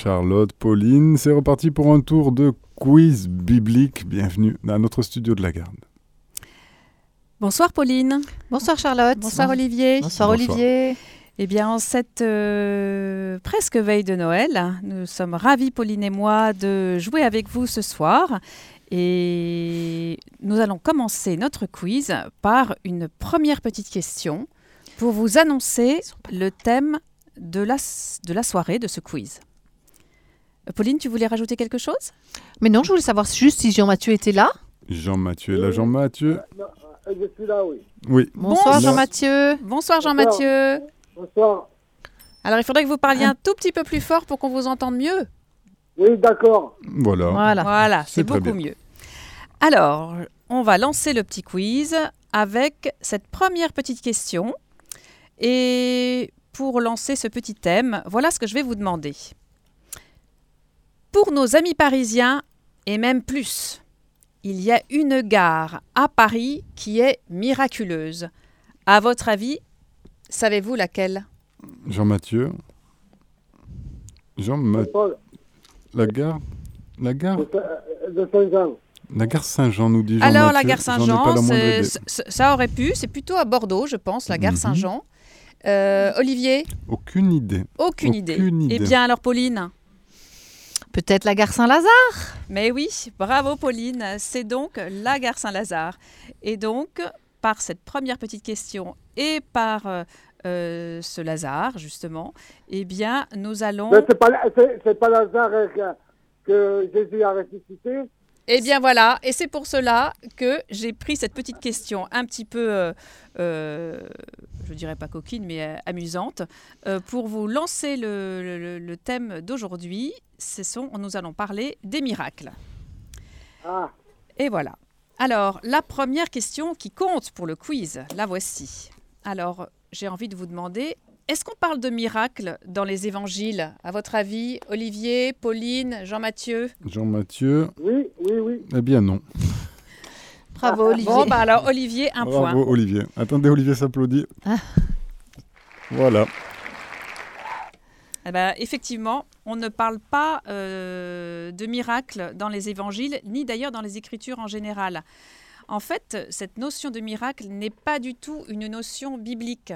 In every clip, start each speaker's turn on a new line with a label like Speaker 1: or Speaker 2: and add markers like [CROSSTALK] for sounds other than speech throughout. Speaker 1: Charlotte, Pauline, c'est reparti pour un tour de quiz biblique. Bienvenue dans notre studio de la garde.
Speaker 2: Bonsoir Pauline.
Speaker 3: Bonsoir Charlotte.
Speaker 2: Bonsoir Olivier.
Speaker 3: Bonsoir, Olivier.
Speaker 2: Eh bien, en cette euh, presque veille de Noël, nous sommes ravis, Pauline et moi, de jouer avec vous ce soir. Et nous allons commencer notre quiz par une première petite question pour vous annoncer le thème de la, de la soirée de ce quiz. Euh, Pauline, tu voulais rajouter quelque chose
Speaker 3: Mais non, je voulais savoir juste si Jean-Mathieu était là.
Speaker 1: Jean-Mathieu est là, Jean-Mathieu
Speaker 4: Non, euh, je suis là, oui.
Speaker 1: Oui.
Speaker 3: Bonsoir
Speaker 1: Bonsoir.
Speaker 3: Jean-Mathieu.
Speaker 2: Bonsoir Jean-Mathieu.
Speaker 4: Bonsoir.
Speaker 2: Alors, il faudrait que vous parliez
Speaker 3: Ah.
Speaker 2: un tout petit peu plus fort pour qu'on vous entende mieux.
Speaker 4: Oui, d'accord.
Speaker 1: Voilà.
Speaker 3: Voilà.
Speaker 2: Voilà,
Speaker 1: C'est
Speaker 2: c'est
Speaker 1: très
Speaker 2: beaucoup
Speaker 1: bien.
Speaker 2: mieux. Alors, on va lancer le petit quiz avec cette première petite question. Et pour lancer ce petit thème, voilà ce que je vais vous demander. Pour nos amis parisiens, et même plus, il y a une gare à Paris qui est miraculeuse. À votre avis, savez-vous laquelle
Speaker 1: Jean-Mathieu Jean-Mathieu.
Speaker 4: Paul,
Speaker 1: La gare La gare
Speaker 4: de Saint- euh, de Saint-Jean.
Speaker 1: La gare Saint-Jean nous dit
Speaker 2: Alors la
Speaker 1: Jean-Mathieu.
Speaker 2: gare
Speaker 1: J'en ai pas la
Speaker 2: Saint-Jean,
Speaker 1: moindre
Speaker 2: c'est-
Speaker 1: idée.
Speaker 2: c- c- ça aurait pu, c'est plutôt à Bordeaux, je pense, la gare
Speaker 1: Mhm.
Speaker 2: Saint-Jean. Euh, Olivier,
Speaker 1: Aucune idée.
Speaker 2: aucune,
Speaker 1: Aucune idée.
Speaker 2: Eh bien alors Pauline
Speaker 3: Peut-être la gare Saint-Lazare.
Speaker 2: Mais oui, bravo Pauline, c'est donc la gare Saint-Lazare. Et donc, par cette première petite question et par euh, euh, ce Lazare, justement, eh bien, nous allons...
Speaker 4: Mais c'est pas, la- c'est, c'est pas Lazare euh, que, que Jésus a ressuscité.
Speaker 2: Eh bien voilà, et c'est pour cela que j'ai pris cette petite question un petit peu, euh, euh, je dirais pas coquine, mais euh, amusante, euh, pour vous lancer le, le- le- le thème d'aujourd'hui. Ce sont, nous allons parler des miracles.
Speaker 4: Ah,
Speaker 2: Et voilà. Alors, la première question qui compte pour le quiz, la voici. Alors, j'ai envie de vous demander, est-ce qu'on parle de miracles dans les évangiles À votre avis, Olivier, Pauline, Jean-Mathieu
Speaker 1: Jean-Mathieu
Speaker 4: oui, oui, oui.
Speaker 1: Eh bien non.
Speaker 3: Bravo Olivier.
Speaker 2: Bon, bah alors, Olivier, un point.
Speaker 1: Bravo Olivier. Attendez, Olivier s'applaudit.
Speaker 3: Ah.
Speaker 1: Voilà.
Speaker 2: Eh ben, effectivement, on ne parle pas euh, de miracles dans les évangiles, ni d'ailleurs dans les écritures en général. En fait, cette notion de miracle n'est pas du tout une notion biblique.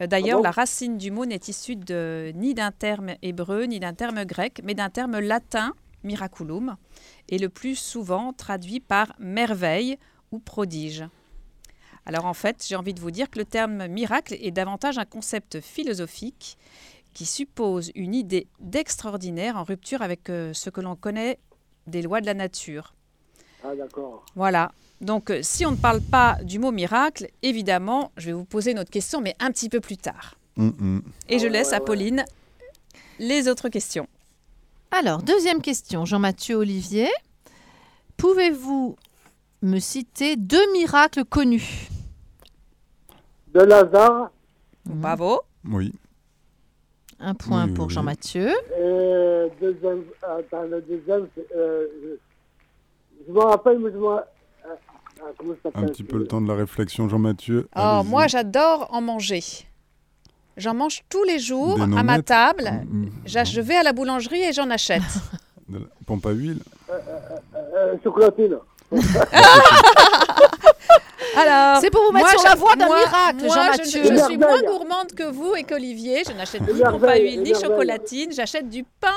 Speaker 2: Euh, D'ailleurs,
Speaker 4: Ah bon
Speaker 2: la racine du mot n'est issue de, ni d'un terme hébreu, ni d'un terme grec, mais d'un terme latin, miraculum, et le plus souvent traduit par merveille ou prodige. Alors en fait, j'ai envie de vous dire que le terme miracle est davantage un concept philosophique qui suppose une idée d'extraordinaire en rupture avec euh, ce que l'on connaît des lois de la nature.
Speaker 4: Ah, d'accord.
Speaker 2: Voilà. Donc euh, si on ne parle pas du mot miracle, évidemment, je vais vous poser une autre question, mais un petit peu plus tard.
Speaker 1: Hum, hum.
Speaker 2: Et
Speaker 4: Ah
Speaker 2: je
Speaker 4: ouais,
Speaker 2: laisse
Speaker 4: ouais,
Speaker 2: à
Speaker 4: ouais.
Speaker 2: Pauline les autres questions.
Speaker 3: Alors, deuxième question, Jean-Mathieu Olivier. Pouvez-vous me citer deux miracles connus
Speaker 4: De Lazare
Speaker 2: Bravo.
Speaker 1: Oui.
Speaker 3: Un point
Speaker 1: Oui, oui,
Speaker 3: pour
Speaker 1: oui.
Speaker 3: Jean-Mathieu.
Speaker 4: et deuxième, attends, le deuxième, c'est, euh, je, je m'en rappelle, mais je m'en. ah, ah, comment ça
Speaker 1: Un
Speaker 4: s'appelle
Speaker 1: petit peu le temps de la réflexion, Jean-Mathieu.
Speaker 2: Oh,
Speaker 1: Allez-y.
Speaker 2: moi, j'adore en manger. J'en mange tous les jours
Speaker 1: Des
Speaker 2: à ma
Speaker 1: noinettes.
Speaker 4: Mmh.
Speaker 2: table.
Speaker 1: Hum, hum.
Speaker 2: J'ach- Je vais à la boulangerie et j'en achète.
Speaker 1: De la Pompe à huile.
Speaker 4: Euh, chocolatine.
Speaker 2: [LAUGHS] Alors,
Speaker 3: C'est pour vous mettre
Speaker 2: Ah, moi,
Speaker 3: sur
Speaker 2: je-
Speaker 3: la voie d'un
Speaker 2: moi-
Speaker 3: miracle,
Speaker 2: moi,
Speaker 3: Jean-Mathieu.
Speaker 2: Je, je suis
Speaker 4: Merveille.
Speaker 2: moins gourmande que vous et qu'Olivier. Je n'achète ni
Speaker 4: Merveille,
Speaker 2: pompe à huile, ni
Speaker 4: merveille.
Speaker 2: chocolatine. J'achète du pain.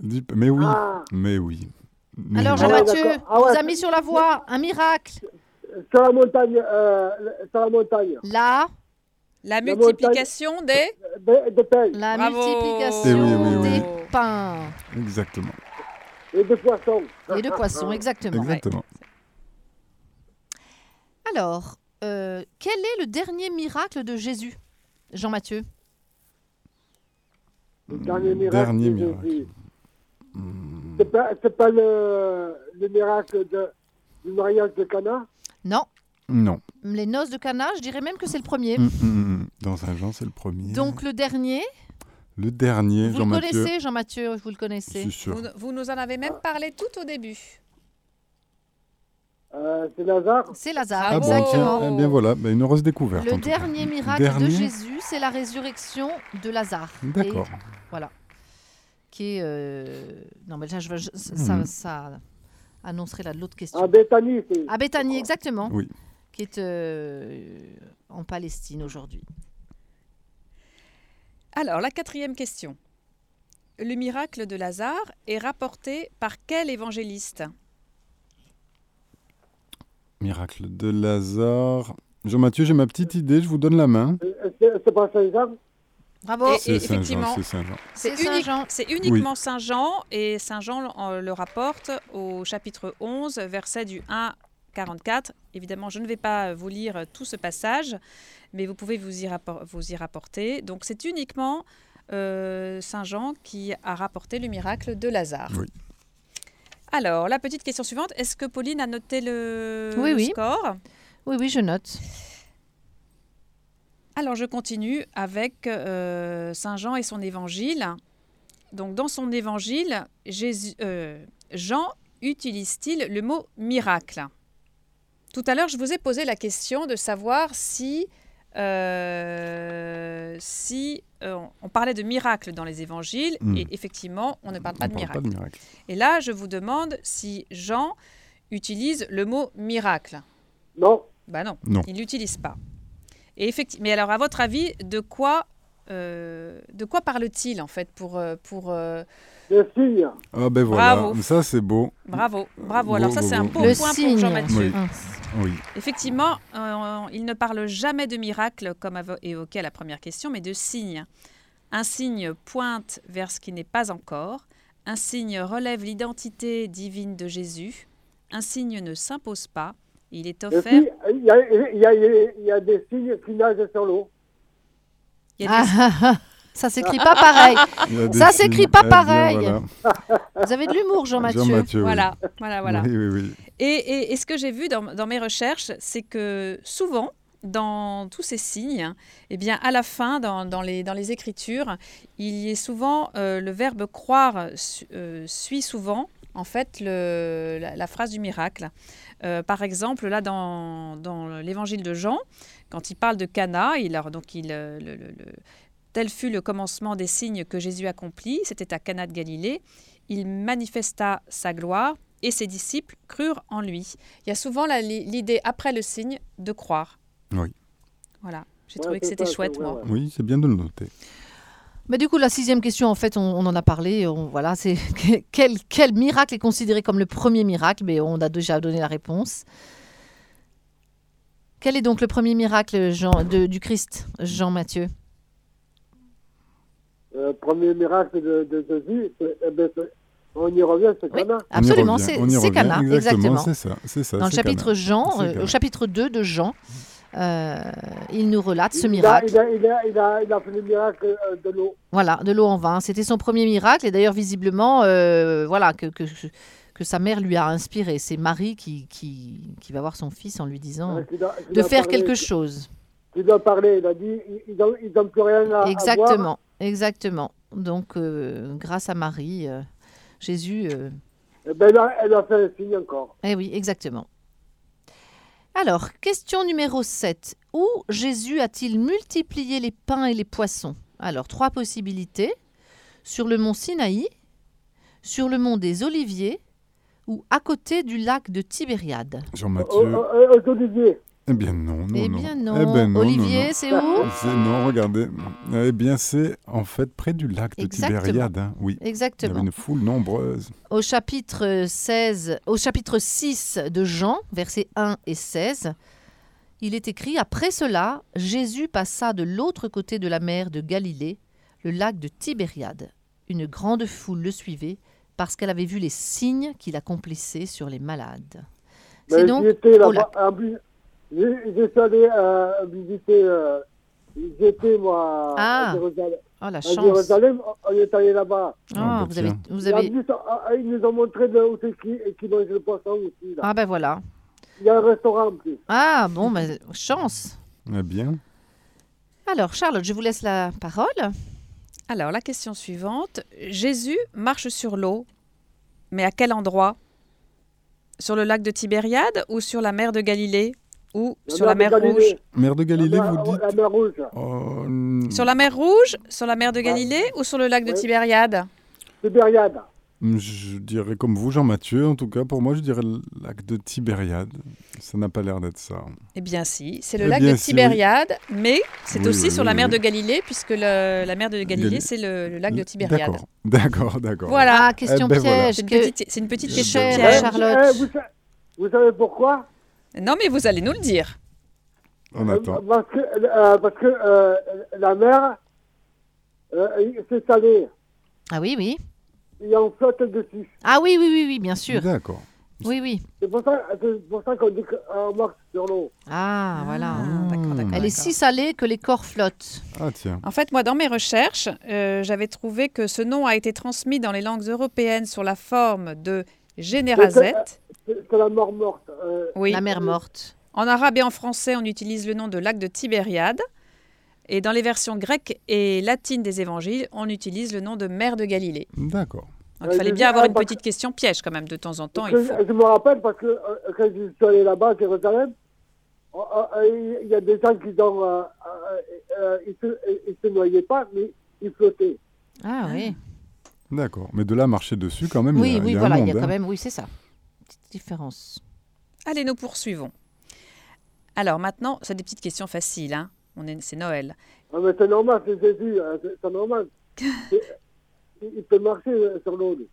Speaker 1: Dis- Mais oui.
Speaker 4: Ah,
Speaker 1: Mais oui. Mais
Speaker 3: Alors
Speaker 1: oui.
Speaker 4: Jean-Mathieu,
Speaker 3: Jean-Mathieu,
Speaker 4: d'accord. Ah
Speaker 3: on
Speaker 4: ouais.
Speaker 3: vous a mis sur la voie un miracle.
Speaker 4: sur la montagne. Euh, sur la montagne.
Speaker 3: Là,
Speaker 2: La
Speaker 4: montagne.
Speaker 2: multiplication des...
Speaker 4: De, de pain
Speaker 3: la
Speaker 2: Bravo.
Speaker 3: multiplication
Speaker 1: Eh oui, oui, oui.
Speaker 3: des pains
Speaker 1: Exactement.
Speaker 4: et de poissons. Ah,
Speaker 3: et de poissons, exactement.
Speaker 1: Exactement.
Speaker 3: Alors, euh, quel est le dernier miracle de Jésus Jean-Mathieu
Speaker 4: Le dernier miracle.
Speaker 1: Dernier
Speaker 4: de
Speaker 1: miracle.
Speaker 4: Jésus.
Speaker 1: Hum.
Speaker 4: C'est pas, c'est pas le, le miracle de, du mariage de Cana
Speaker 3: Non,
Speaker 1: Non.
Speaker 3: les noces de Cana, je dirais même que c'est le premier.
Speaker 1: Hum, hum, hum. Dans Saint-Jean, c'est le premier.
Speaker 3: Donc le dernier,
Speaker 1: le dernier,
Speaker 3: vous le
Speaker 1: Mm. Jean-Mathieu.
Speaker 3: connaissez Ah Jean-Mathieu, vous le
Speaker 1: Je
Speaker 3: connaissez.
Speaker 1: suis sûr.
Speaker 2: Vous, vous nous en avez même parlé tout au début.
Speaker 4: euh, C'est Lazare
Speaker 3: C'est Lazare,
Speaker 2: Ah
Speaker 1: Ah bon,
Speaker 3: exactement.
Speaker 1: tiens, eh bien voilà, bah, une heureuse découverte. en
Speaker 3: Le
Speaker 1: tout cas.
Speaker 3: dernier miracle de
Speaker 1: Dernier.
Speaker 3: Jésus, c'est la résurrection de Lazare. Et
Speaker 1: D'accord.
Speaker 3: voilà. qui est. euh, Non, mais là, je, je- ça,
Speaker 1: Mhm.
Speaker 3: ça annoncerait la- l'autre question.
Speaker 2: Ah ben,
Speaker 4: En Béthanie, c'est.
Speaker 3: À Béthanie, exactement.
Speaker 1: Oui.
Speaker 3: Qui est euh, en Palestine aujourd'hui.
Speaker 2: Alors, la quatrième question. Le miracle de Lazare est rapporté par quel évangéliste
Speaker 1: Miracle de Lazare. Jean-Mathieu, j'ai ma petite idée, je vous donne la main.
Speaker 4: euh, C'est c'est pas Saint-Jean
Speaker 3: Bravo.
Speaker 2: Et-
Speaker 1: C'est Saint-Jean,
Speaker 2: effectivement.
Speaker 1: c'est Saint-Jean.
Speaker 3: C'est
Speaker 2: unique-
Speaker 3: Saint-Jean.
Speaker 2: C'est uniquement Saint Jean et Saint Jean euh, le rapporte au chapitre 11, verset du 1 44. Évidemment, je ne vais pas vous lire tout ce passage, mais vous pouvez vous y, rappor- vous y rapporter. Donc, c'est uniquement euh, Saint Jean qui a rapporté le miracle de Lazare.
Speaker 1: Oui.
Speaker 2: Alors, la petite question suivante. Est-ce que Pauline a noté le,
Speaker 3: Oui,
Speaker 2: le
Speaker 3: oui.
Speaker 2: score
Speaker 3: Oui, oui, je note.
Speaker 2: Alors je continue avec euh, Saint Jean et son évangile. Donc dans son évangile, Jésus- euh, Jean utilise-t-il le mot miracle Tout à l'heure, je vous ai posé la question de savoir si, euh, si euh, on parlait de miracle dans les évangiles,
Speaker 1: Mm.
Speaker 2: et effectivement, on ne parle pas
Speaker 1: On
Speaker 2: de
Speaker 1: parle
Speaker 2: miracle.
Speaker 1: pas de miracle.
Speaker 2: Et là, je vous demande si Jean utilise le mot miracle.
Speaker 4: Non.
Speaker 2: Bah non,
Speaker 1: Non.
Speaker 2: il l'utilise pas. Et effectivement, mais alors à votre avis, de quoi, euh, de quoi parle-t-il en fait pour euh, pour euh,
Speaker 4: Le signe.
Speaker 1: Ah ben voilà,
Speaker 2: Bravo.
Speaker 1: ça c'est beau.
Speaker 2: bravo, bravo.
Speaker 1: Beau,
Speaker 2: alors ça
Speaker 1: beau,
Speaker 2: c'est un
Speaker 1: beau.
Speaker 2: bon
Speaker 1: Le
Speaker 2: point
Speaker 3: signe.
Speaker 2: pour Jean-Mathieu.
Speaker 1: Oui.
Speaker 3: Hum.
Speaker 1: Oui.
Speaker 2: Effectivement, euh, il ne parle jamais de miracle comme avo- évoqué à la première question, mais de signes. Un signe pointe vers ce qui n'est pas encore. Un signe relève l'identité divine de Jésus. Un signe ne s'impose pas. Il est
Speaker 4: Et
Speaker 2: offert.
Speaker 4: puis, il y a, il y a- il y a des signes qui nagent sur l'eau.
Speaker 2: Il y a
Speaker 3: Ah,
Speaker 2: des-
Speaker 3: ah, ah. Ça s'écrit pas pareil.
Speaker 1: Il y a des
Speaker 3: Ah, Ça s'écrit
Speaker 1: signes.
Speaker 3: pas
Speaker 1: Eh bien,
Speaker 3: pareil.
Speaker 1: voilà.
Speaker 3: Vous avez de l'humour, Jean-Mathieu.
Speaker 1: Jean-Mathieu. oui.
Speaker 2: Voilà, voilà, voilà.
Speaker 1: Oui, oui, oui.
Speaker 2: Et, et- et ce que j'ai vu dans, dans mes recherches, c'est que souvent, dans tous ces signes, eh bien, à la fin, dans, dans les, dans les Écritures, il y est souvent euh, le verbe croire su- euh, suit souvent, en fait, le- la, la phrase du miracle. Euh, par exemple, là, dans, dans l'Évangile de Jean, quand il parle de Cana, il leur- donc il, euh, le- le- le- tel fut le commencement des signes que Jésus accomplit. C'était à Cana de Galilée. Il manifesta sa gloire et ses disciples crurent en lui. Il y a souvent la- li- l'idée après le signe de croire.
Speaker 1: Oui.
Speaker 2: Voilà. J'ai
Speaker 4: Ouais,
Speaker 2: trouvé que
Speaker 4: c'est
Speaker 2: c'était
Speaker 4: ça, ça,
Speaker 2: chouette,
Speaker 4: ouais,
Speaker 2: moi.
Speaker 4: ouais.
Speaker 1: Oui, c'est bien de le noter.
Speaker 3: Mais du coup, la sixième question, en fait, on, on en a parlé. On, voilà, c'est [LAUGHS] quel, quel miracle est considéré comme le premier miracle Mais on a déjà donné la réponse. Quel est donc le premier miracle Jean, de- du Christ, Jean-Mathieu
Speaker 4: Euh, premier miracle de, de Jésus, c'est- eh ben, c'est- on y revient, c'est
Speaker 3: Oui.
Speaker 4: Cana.
Speaker 1: On y
Speaker 3: Absolument,
Speaker 1: revient,
Speaker 3: c'est
Speaker 1: on y
Speaker 3: c'est
Speaker 1: revient.
Speaker 3: Cana,
Speaker 1: Exactement,
Speaker 3: exactement.
Speaker 1: c'est ça. C'est ça
Speaker 3: Dans le
Speaker 1: c'est Cana.
Speaker 3: chapitre Jean,
Speaker 1: C'est
Speaker 3: euh,
Speaker 1: Cana.
Speaker 3: au chapitre 2 de Jean, euh, il nous relate ce
Speaker 4: Il a-
Speaker 3: miracle.
Speaker 4: Il a, il, a, il, a, il a fait le miracle euh, de l'eau.
Speaker 3: Voilà, de l'eau en vin. C'était son premier miracle et d'ailleurs visiblement, euh, voilà, que, que, que sa mère lui a inspiré. C'est Marie qui, qui, qui va voir son fils en lui disant
Speaker 4: Hein, qu'il a- qu'il
Speaker 3: de
Speaker 4: a
Speaker 3: faire
Speaker 4: parlé-
Speaker 3: quelque chose.
Speaker 4: Il a parlé, il a dit, ils n'ont ils ont plus rien à à voir.
Speaker 3: Exactement, exactement. Donc, euh, grâce à Marie, euh, Jésus... euh,
Speaker 4: Eh ben là, elle a fait un signe encore.
Speaker 3: eh oui, exactement. Alors, question numéro 7. Où Jésus a-t-il multiplié les pains et les poissons Alors, trois possibilités. Sur le mont Sinaï, sur le mont des Oliviers ou à côté du lac de Tibériade
Speaker 4: Aux
Speaker 1: Jean-Mathieu.
Speaker 4: aux oliviers.
Speaker 1: Eh bien non, non,
Speaker 3: Eh
Speaker 1: non.
Speaker 3: bien non.
Speaker 1: Oh, Eh ben non,
Speaker 3: Olivier,
Speaker 1: non,
Speaker 3: c'est où
Speaker 1: non. C'est- non, regardez. Eh bien, c'est en fait près du lac de
Speaker 3: Exactement.
Speaker 1: Tibériade. hein. Oui, il y avait
Speaker 3: Exactement.
Speaker 1: une foule nombreuse.
Speaker 3: Au chapitre 16, au chapitre 6 de Jean, versets 1 et 16, il est écrit Après cela, Jésus passa de l'autre côté de la mer de Galilée, le lac de Tibériade. Une grande foule le suivait parce qu'elle avait vu les signes qu'il accomplissait sur les malades. C'est
Speaker 4: Mais
Speaker 3: donc
Speaker 4: j'y étais
Speaker 3: au
Speaker 4: là-bas, en plus, j'ai- J'étais allé euh, visiter, euh, j'étais moi
Speaker 3: Ah,
Speaker 4: à Jérusalem.
Speaker 3: Oh la
Speaker 4: À
Speaker 3: chance
Speaker 4: Jérusalem, on est allé là-bas.
Speaker 3: Ah,
Speaker 1: Ah, bah
Speaker 3: vous, avez,
Speaker 1: tiens.
Speaker 3: vous
Speaker 4: Et en
Speaker 3: avez-
Speaker 4: plus, ah, ah, Ils nous ont montré de où c'est qui, qui mange le poisson aussi. Là.
Speaker 3: Ah ben voilà.
Speaker 4: Il y a un restaurant en plus.
Speaker 3: Ah bon, mais chance
Speaker 1: Eh bien,
Speaker 3: Alors Charlotte, je vous laisse la parole.
Speaker 2: Alors, la question suivante. Jésus marche sur l'eau, mais à quel endroit Sur le lac de Tibériade ou sur la mer de Galilée Ou sur la mer
Speaker 4: de Galilée.
Speaker 2: Rouge
Speaker 1: Mère de Galilée,
Speaker 4: la, mer-
Speaker 1: vous dites
Speaker 4: la mer rouge.
Speaker 1: Oh, hmm.
Speaker 2: Sur la mer Rouge, sur la mer de
Speaker 4: Ouais.
Speaker 2: Galilée ou sur le lac de
Speaker 4: Bah. Ouais.
Speaker 2: Tibériade
Speaker 4: Tibériade.
Speaker 1: Je dirais comme vous, Jean-Mathieu, en tout cas, pour moi, je dirais le lac de Tibériade. Ça n'a pas l'air d'être ça.
Speaker 2: Eh bien si, c'est le
Speaker 1: Eh
Speaker 2: lac
Speaker 1: bien,
Speaker 2: de
Speaker 1: si,
Speaker 2: Tibériade, mais c'est
Speaker 1: Oui,
Speaker 2: aussi
Speaker 1: oui,
Speaker 2: sur
Speaker 1: oui,
Speaker 2: la mer
Speaker 1: oui.
Speaker 2: de Galilée, puisque le- la mer de Galilée,
Speaker 1: Galilée. Hmm,
Speaker 2: c'est le, le lac de Tibériade.
Speaker 1: D'accord, [LAUGHS] d'accord, d'accord.
Speaker 2: Voilà,
Speaker 3: Ah, question
Speaker 1: Eh ben voilà.
Speaker 3: piège.
Speaker 2: c'est une
Speaker 3: que-
Speaker 2: petite, c'est une petite
Speaker 1: Je-
Speaker 2: question
Speaker 1: Cher
Speaker 4: Eh,
Speaker 2: piège.
Speaker 3: Charles-
Speaker 4: eh,
Speaker 3: Charlotte.
Speaker 4: vous, sa- vous savez pourquoi
Speaker 2: Non mais vous allez nous le dire.
Speaker 1: On
Speaker 4: Euh,
Speaker 1: attend.
Speaker 4: Parce que, euh, parce que euh, la mer, euh, c'est salé.
Speaker 3: Ah oui, oui.
Speaker 4: Et on flotte dessus.
Speaker 3: Ah oui, oui, oui, oui, bien sûr.
Speaker 1: D'accord.
Speaker 3: Oui, oui.
Speaker 4: C'est pour ça, c'est pour ça qu'on dit qu'on marche sur l'eau.
Speaker 3: Ah, voilà.
Speaker 2: Ah, d'accord, d'accord,
Speaker 3: Elle est
Speaker 2: d'accord.
Speaker 3: si salée que les corps flottent.
Speaker 1: Ah tiens.
Speaker 2: En fait, moi, dans mes recherches, euh, j'avais trouvé que ce nom a été transmis dans les langues européennes sur la forme de Générazette.
Speaker 4: C'est c'est la mort morte. euh,
Speaker 2: Oui.
Speaker 3: La mer morte.
Speaker 2: En arabe et en français, on utilise le nom de lac de Tibériade. Et dans les versions grecques et latines des évangiles, on utilise le nom de mer de Galilée.
Speaker 1: D'accord.
Speaker 2: Donc,
Speaker 4: Euh,
Speaker 2: il fallait
Speaker 4: je-
Speaker 2: bien
Speaker 4: ah,
Speaker 2: avoir une
Speaker 4: parce-
Speaker 2: petite question piège quand même de temps en temps.
Speaker 4: Parce
Speaker 2: Il
Speaker 4: que
Speaker 2: faut.
Speaker 4: Je, je me rappelle parce que euh, quand je suis allé là-bas à Jérusalem, euh, euh, il y a des gens qui ont, euh, euh, euh, ils se, ils se noyaient pas, mais ils flottaient.
Speaker 3: Ah oui.
Speaker 1: D'accord. Mais de là, marcher dessus, quand même, il y
Speaker 3: Oui,
Speaker 1: a,
Speaker 3: oui,
Speaker 1: il y a
Speaker 3: voilà.
Speaker 1: un
Speaker 3: Il y a
Speaker 1: monde,
Speaker 3: quand
Speaker 1: hein.
Speaker 3: même. Oui, c'est ça. Petite différence.
Speaker 2: Allez, nous poursuivons. Alors maintenant, c'est des petites questions faciles. hein. On est, c'est Noël.
Speaker 4: Ah, mais c'est normal, c'est Jésus, hein, c'est
Speaker 3: [LAUGHS]
Speaker 4: c'est normal. C'est- il il peut marcher euh, sur l'eau. lui.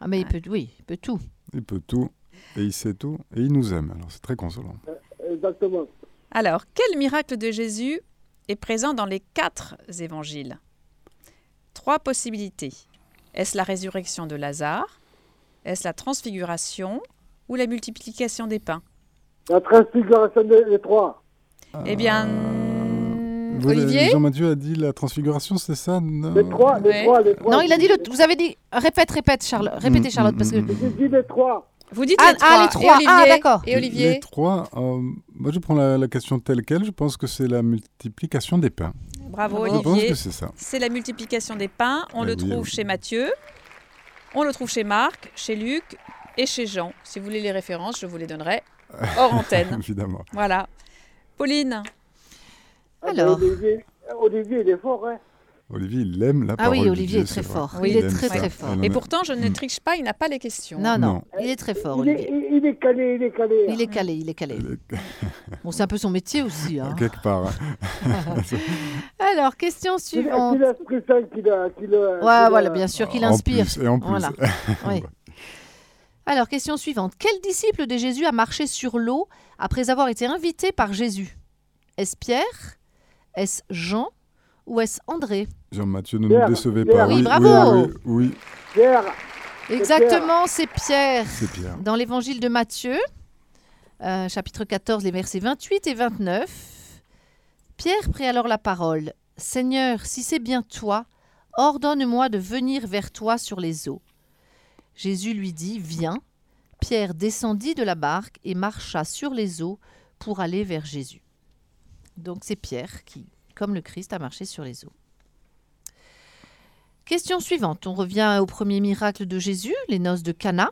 Speaker 3: Ah, mais il peut, oui, il peut tout.
Speaker 1: Il peut tout, et il sait tout, et il nous aime. Alors, c'est très consolant.
Speaker 4: Exactement.
Speaker 2: Alors, quel miracle de Jésus est présent dans les quatre évangiles Trois possibilités. Est-ce la résurrection de Lazare Est-ce la transfiguration Ou la multiplication des pains
Speaker 4: La transfiguration des des trois.
Speaker 2: Eh bien,
Speaker 1: Ah. Vous avez-
Speaker 2: Olivier
Speaker 1: Jean-Mathieu a dit la transfiguration, c'est ça non
Speaker 4: Les trois, les
Speaker 2: Ouais.
Speaker 4: trois, les trois.
Speaker 3: Non, il a dit le. Vous avez dit. Répète, répète, Charlotte. Répétez,
Speaker 1: Mm,
Speaker 3: Charlotte,
Speaker 1: mm,
Speaker 3: parce que.
Speaker 1: mm, mm.
Speaker 4: J'ai dit les trois.
Speaker 2: Vous dites
Speaker 3: Ah,
Speaker 2: les trois.
Speaker 3: ah, les trois.
Speaker 2: Et
Speaker 3: Ah,
Speaker 2: Olivier
Speaker 3: d'accord.
Speaker 2: Et
Speaker 1: Les
Speaker 2: Olivier
Speaker 1: trois, euh, moi je prends la, la question telle qu'elle, je pense que c'est la multiplication des pains.
Speaker 2: Bravo,
Speaker 3: Je
Speaker 1: Je pense
Speaker 2: Olivier.
Speaker 1: que c'est ça.
Speaker 2: C'est la multiplication des pains. On
Speaker 1: Eh
Speaker 2: le
Speaker 1: oui,
Speaker 2: trouve
Speaker 1: oui.
Speaker 2: chez Matthieu, on le trouve chez Marc, chez Luc et chez Jean. Si vous voulez les références, je vous les donnerai
Speaker 1: [LAUGHS]
Speaker 2: hors antenne.
Speaker 1: Évidemment.
Speaker 2: Voilà. Pauline,
Speaker 4: Ah,
Speaker 3: Alors.
Speaker 4: Olivier, Olivier, il est fort, hein.
Speaker 1: Olivier, il aime la
Speaker 3: Ah
Speaker 1: parole.
Speaker 3: oui,
Speaker 1: de
Speaker 3: Olivier
Speaker 1: Dieu,
Speaker 3: est très
Speaker 1: c'est vrai.
Speaker 3: fort.
Speaker 2: Oui,
Speaker 3: il est
Speaker 1: aime
Speaker 3: très
Speaker 1: ça.
Speaker 3: très
Speaker 1: Ah
Speaker 3: fort.
Speaker 1: non,
Speaker 2: et
Speaker 1: mais-
Speaker 2: pourtant je ne
Speaker 1: Mm.
Speaker 2: triche pas, il n'a pas les questions.
Speaker 3: Non, non,
Speaker 1: Non.
Speaker 3: il est très fort,
Speaker 4: Il est,
Speaker 3: Olivier.
Speaker 4: il, il est calé, il est calé.
Speaker 3: Il est calé, il est calé. Bon, c'est un peu son métier aussi. hein.
Speaker 1: Quelque part. hein.
Speaker 3: Alors, question
Speaker 4: C'est
Speaker 3: suivante.
Speaker 4: l'Esprit Saint qui le... qui le- qui
Speaker 3: Ouais,
Speaker 4: le-
Speaker 3: voilà, bien sûr qu'il
Speaker 1: En
Speaker 3: inspire.
Speaker 1: plus, et en plus.
Speaker 3: Voilà. Ouais. Alors, question suivante. Quel disciple de Jésus a marché sur l'eau après avoir été invité par Jésus Est-ce Pierre Est-ce Jean Ou est-ce André
Speaker 1: Jean-Mathieu, ne nous
Speaker 4: Pierre,
Speaker 1: décevez
Speaker 4: Pierre.
Speaker 1: pas.
Speaker 3: Oui, bravo.
Speaker 1: Oui, oui, oui,
Speaker 4: Pierre,
Speaker 3: Exactement, c'est Pierre.
Speaker 1: c'est Pierre.
Speaker 3: Dans l'évangile de Matthieu, euh, chapitre 14, les versets 28 et 29, Pierre prit alors la parole. Seigneur, si c'est bien toi, ordonne-moi de venir vers toi sur les eaux. Jésus lui dit, viens. Pierre descendit de la barque et marcha sur les eaux pour aller vers Jésus. Donc c'est Pierre qui, comme le Christ, a marché sur les eaux. Question suivante. On revient au premier miracle de Jésus, les noces de Cana.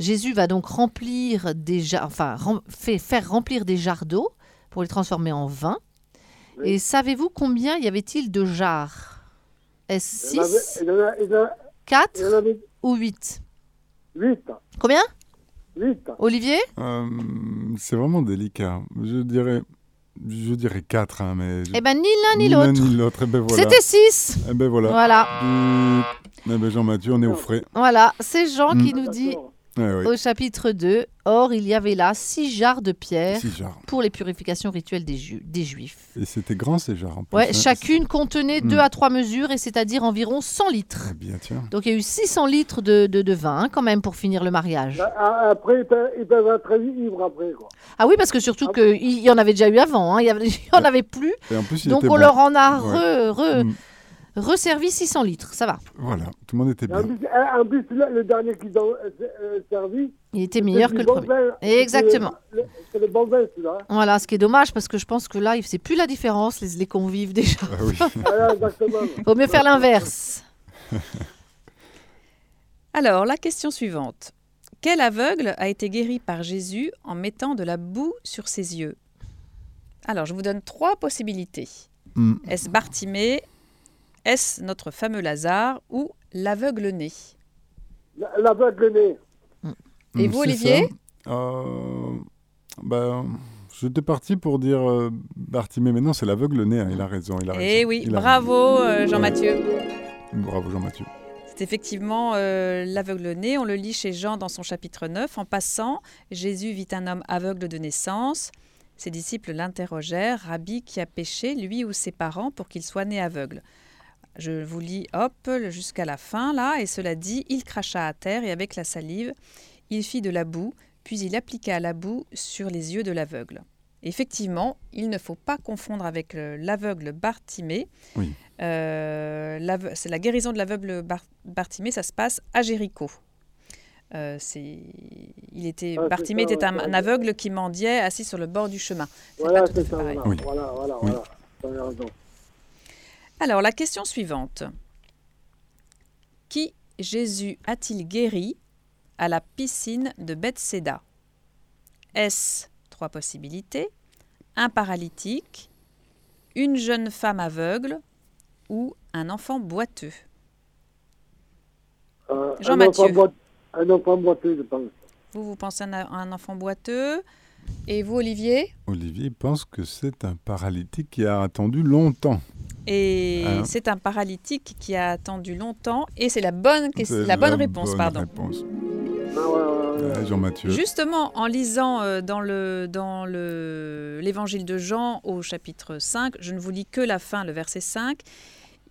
Speaker 3: Jésus va donc remplir des ja- enfin rem- fait- faire remplir des jarres d'eau pour les transformer en vin.
Speaker 4: Oui.
Speaker 3: Et savez-vous combien y avait-il de jarres Est-ce
Speaker 4: il en avait-
Speaker 3: 6,
Speaker 4: il en a- il en a- il en
Speaker 3: 4
Speaker 4: avait
Speaker 3: ou 8
Speaker 4: huit.
Speaker 3: Combien
Speaker 4: Huit.
Speaker 3: Olivier
Speaker 1: Euh, c'est vraiment délicat. Je dirais, je dirais 4, mais je-
Speaker 3: Eh ben ni l'un ni
Speaker 1: l'un
Speaker 3: l'autre.
Speaker 1: ni l'autre. Eh ben voilà.
Speaker 3: C'était 6
Speaker 1: Eh ben voilà.
Speaker 3: Voilà,
Speaker 1: Mmh. Eh ben Jean-Mathieu, on est au frais.
Speaker 3: voilà. C'est Jean
Speaker 1: Mm.
Speaker 3: qui nous dit
Speaker 4: D'accord.
Speaker 1: Eh oui.
Speaker 3: au chapitre 2 Or, il y avait là six jarres de pierre
Speaker 1: Six jarres.
Speaker 3: pour les purifications rituelles des, Ju- des Juifs.
Speaker 1: Et c'était grand ces jarres. en plus,
Speaker 3: Ouais,
Speaker 1: hein.
Speaker 3: chacune contenait
Speaker 1: Mm.
Speaker 3: 2 à 3 mesures, et c'est-à-dire environ 100 litres.
Speaker 1: Eh bien, tiens.
Speaker 3: Donc il y a eu 600 litres de, de, de vin hein, quand même pour finir le mariage.
Speaker 4: A- a- Après, ils peuvent, ils peuvent être ivres après, quoi.
Speaker 3: Ah oui, parce que surtout qu'il il y en avait déjà eu avant, hein, il y avait- [LAUGHS] il y en avait plus.
Speaker 1: Et en plus, il
Speaker 3: Donc
Speaker 1: était
Speaker 3: on
Speaker 1: bon.
Speaker 3: leur en a re- re-
Speaker 1: Mm.
Speaker 3: resservi 600 litres, ça va.
Speaker 1: Voilà, tout le monde était
Speaker 4: Et En
Speaker 1: bien.
Speaker 4: plus, en plus, là, le dernier qu'ils ont euh, euh, servi...
Speaker 3: Il était meilleur que le
Speaker 4: c'est du bon
Speaker 3: premier.
Speaker 4: vin. C'est-
Speaker 3: Exactement.
Speaker 4: le- C'est le bon vin,
Speaker 3: [LAUGHS]
Speaker 4: celui-là. hein.
Speaker 3: Voilà, ce qui est dommage parce que je pense que là, il faisait plus la différence, les, les convives déjà.
Speaker 1: Ah oui.
Speaker 4: Voilà, exactement.
Speaker 3: Vaut mieux faire l'inverse.
Speaker 2: Alors, la question suivante. Quel aveugle a été guéri par Jésus en mettant de la boue sur ses yeux Alors, je vous donne trois possibilités.
Speaker 1: [LAUGHS] Mm.
Speaker 2: Est-ce Bartimée Est-ce notre fameux Lazare Ou l'aveugle né.
Speaker 4: La- L'aveugle né.
Speaker 2: Et
Speaker 1: Hum,
Speaker 2: vous,
Speaker 1: c'est
Speaker 2: Olivier
Speaker 1: ça. Euh, ben, J'étais parti pour dire euh, Bartimée, mais non, c'est l'aveugle né, hein, il a raison. Il a
Speaker 2: Eh
Speaker 1: raison,
Speaker 2: oui,
Speaker 1: il a
Speaker 2: bravo euh, Jean-Mathieu.
Speaker 1: raison. Bravo Jean-Mathieu.
Speaker 2: C'est effectivement euh, l'aveugle né. On le lit chez Jean dans son chapitre 9. En passant, Jésus vit un homme aveugle de naissance. Ses disciples l'interrogèrent, Rabbi, qui a péché, lui ou ses parents, pour qu'il soit né aveugle Je vous lis, hop, jusqu'à la fin, là, et cela dit, il cracha à terre, et avec la salive, il fit de la boue, puis il appliqua la boue sur les yeux de l'aveugle. Effectivement, il ne faut pas confondre avec euh, l'aveugle Bartimée.
Speaker 1: Oui.
Speaker 2: Euh, l'ave- c'est la guérison de l'aveugle Bar- Bartimée, ça se passe à Jéricho. Euh, c'est- il était,
Speaker 4: Ah, c'est
Speaker 2: Bartimée
Speaker 4: ça,
Speaker 2: était un,
Speaker 4: ouais.
Speaker 2: un aveugle qui mendiait assis sur le bord du chemin. C'est
Speaker 4: Voilà,
Speaker 2: pas tout à
Speaker 4: c'est
Speaker 2: fait
Speaker 4: ça.
Speaker 2: pareil.
Speaker 4: Voilà,
Speaker 1: Oui.
Speaker 4: voilà, voilà.
Speaker 1: Oui.
Speaker 4: voilà. T'as raison.
Speaker 2: Alors, la question suivante. Qui Jésus a-t-il guéri à la piscine de Bethséda Est-ce trois possibilités Un paralytique, une jeune femme aveugle ou un enfant boiteux
Speaker 4: Euh, un
Speaker 2: Jean-Mathieu.
Speaker 4: enfant boite- Un enfant boiteux, je pense.
Speaker 2: Vous, vous pensez à un, à un enfant boiteux Et vous, Olivier
Speaker 1: Olivier pense que c'est un paralytique qui a attendu longtemps.
Speaker 2: Et
Speaker 1: Ah.
Speaker 2: c'est un paralytique qui a attendu longtemps et c'est la bonne, ques- la bonne réponse,
Speaker 1: bonne
Speaker 2: pardon.
Speaker 1: réponse.
Speaker 4: Ah, ouais, ouais, ouais, ouais.
Speaker 1: Ouais, Jean-Mathieu.
Speaker 2: Justement, en lisant euh, dans le dans le l'évangile de Jean au chapitre 5, je ne vous lis que la fin, le verset 5,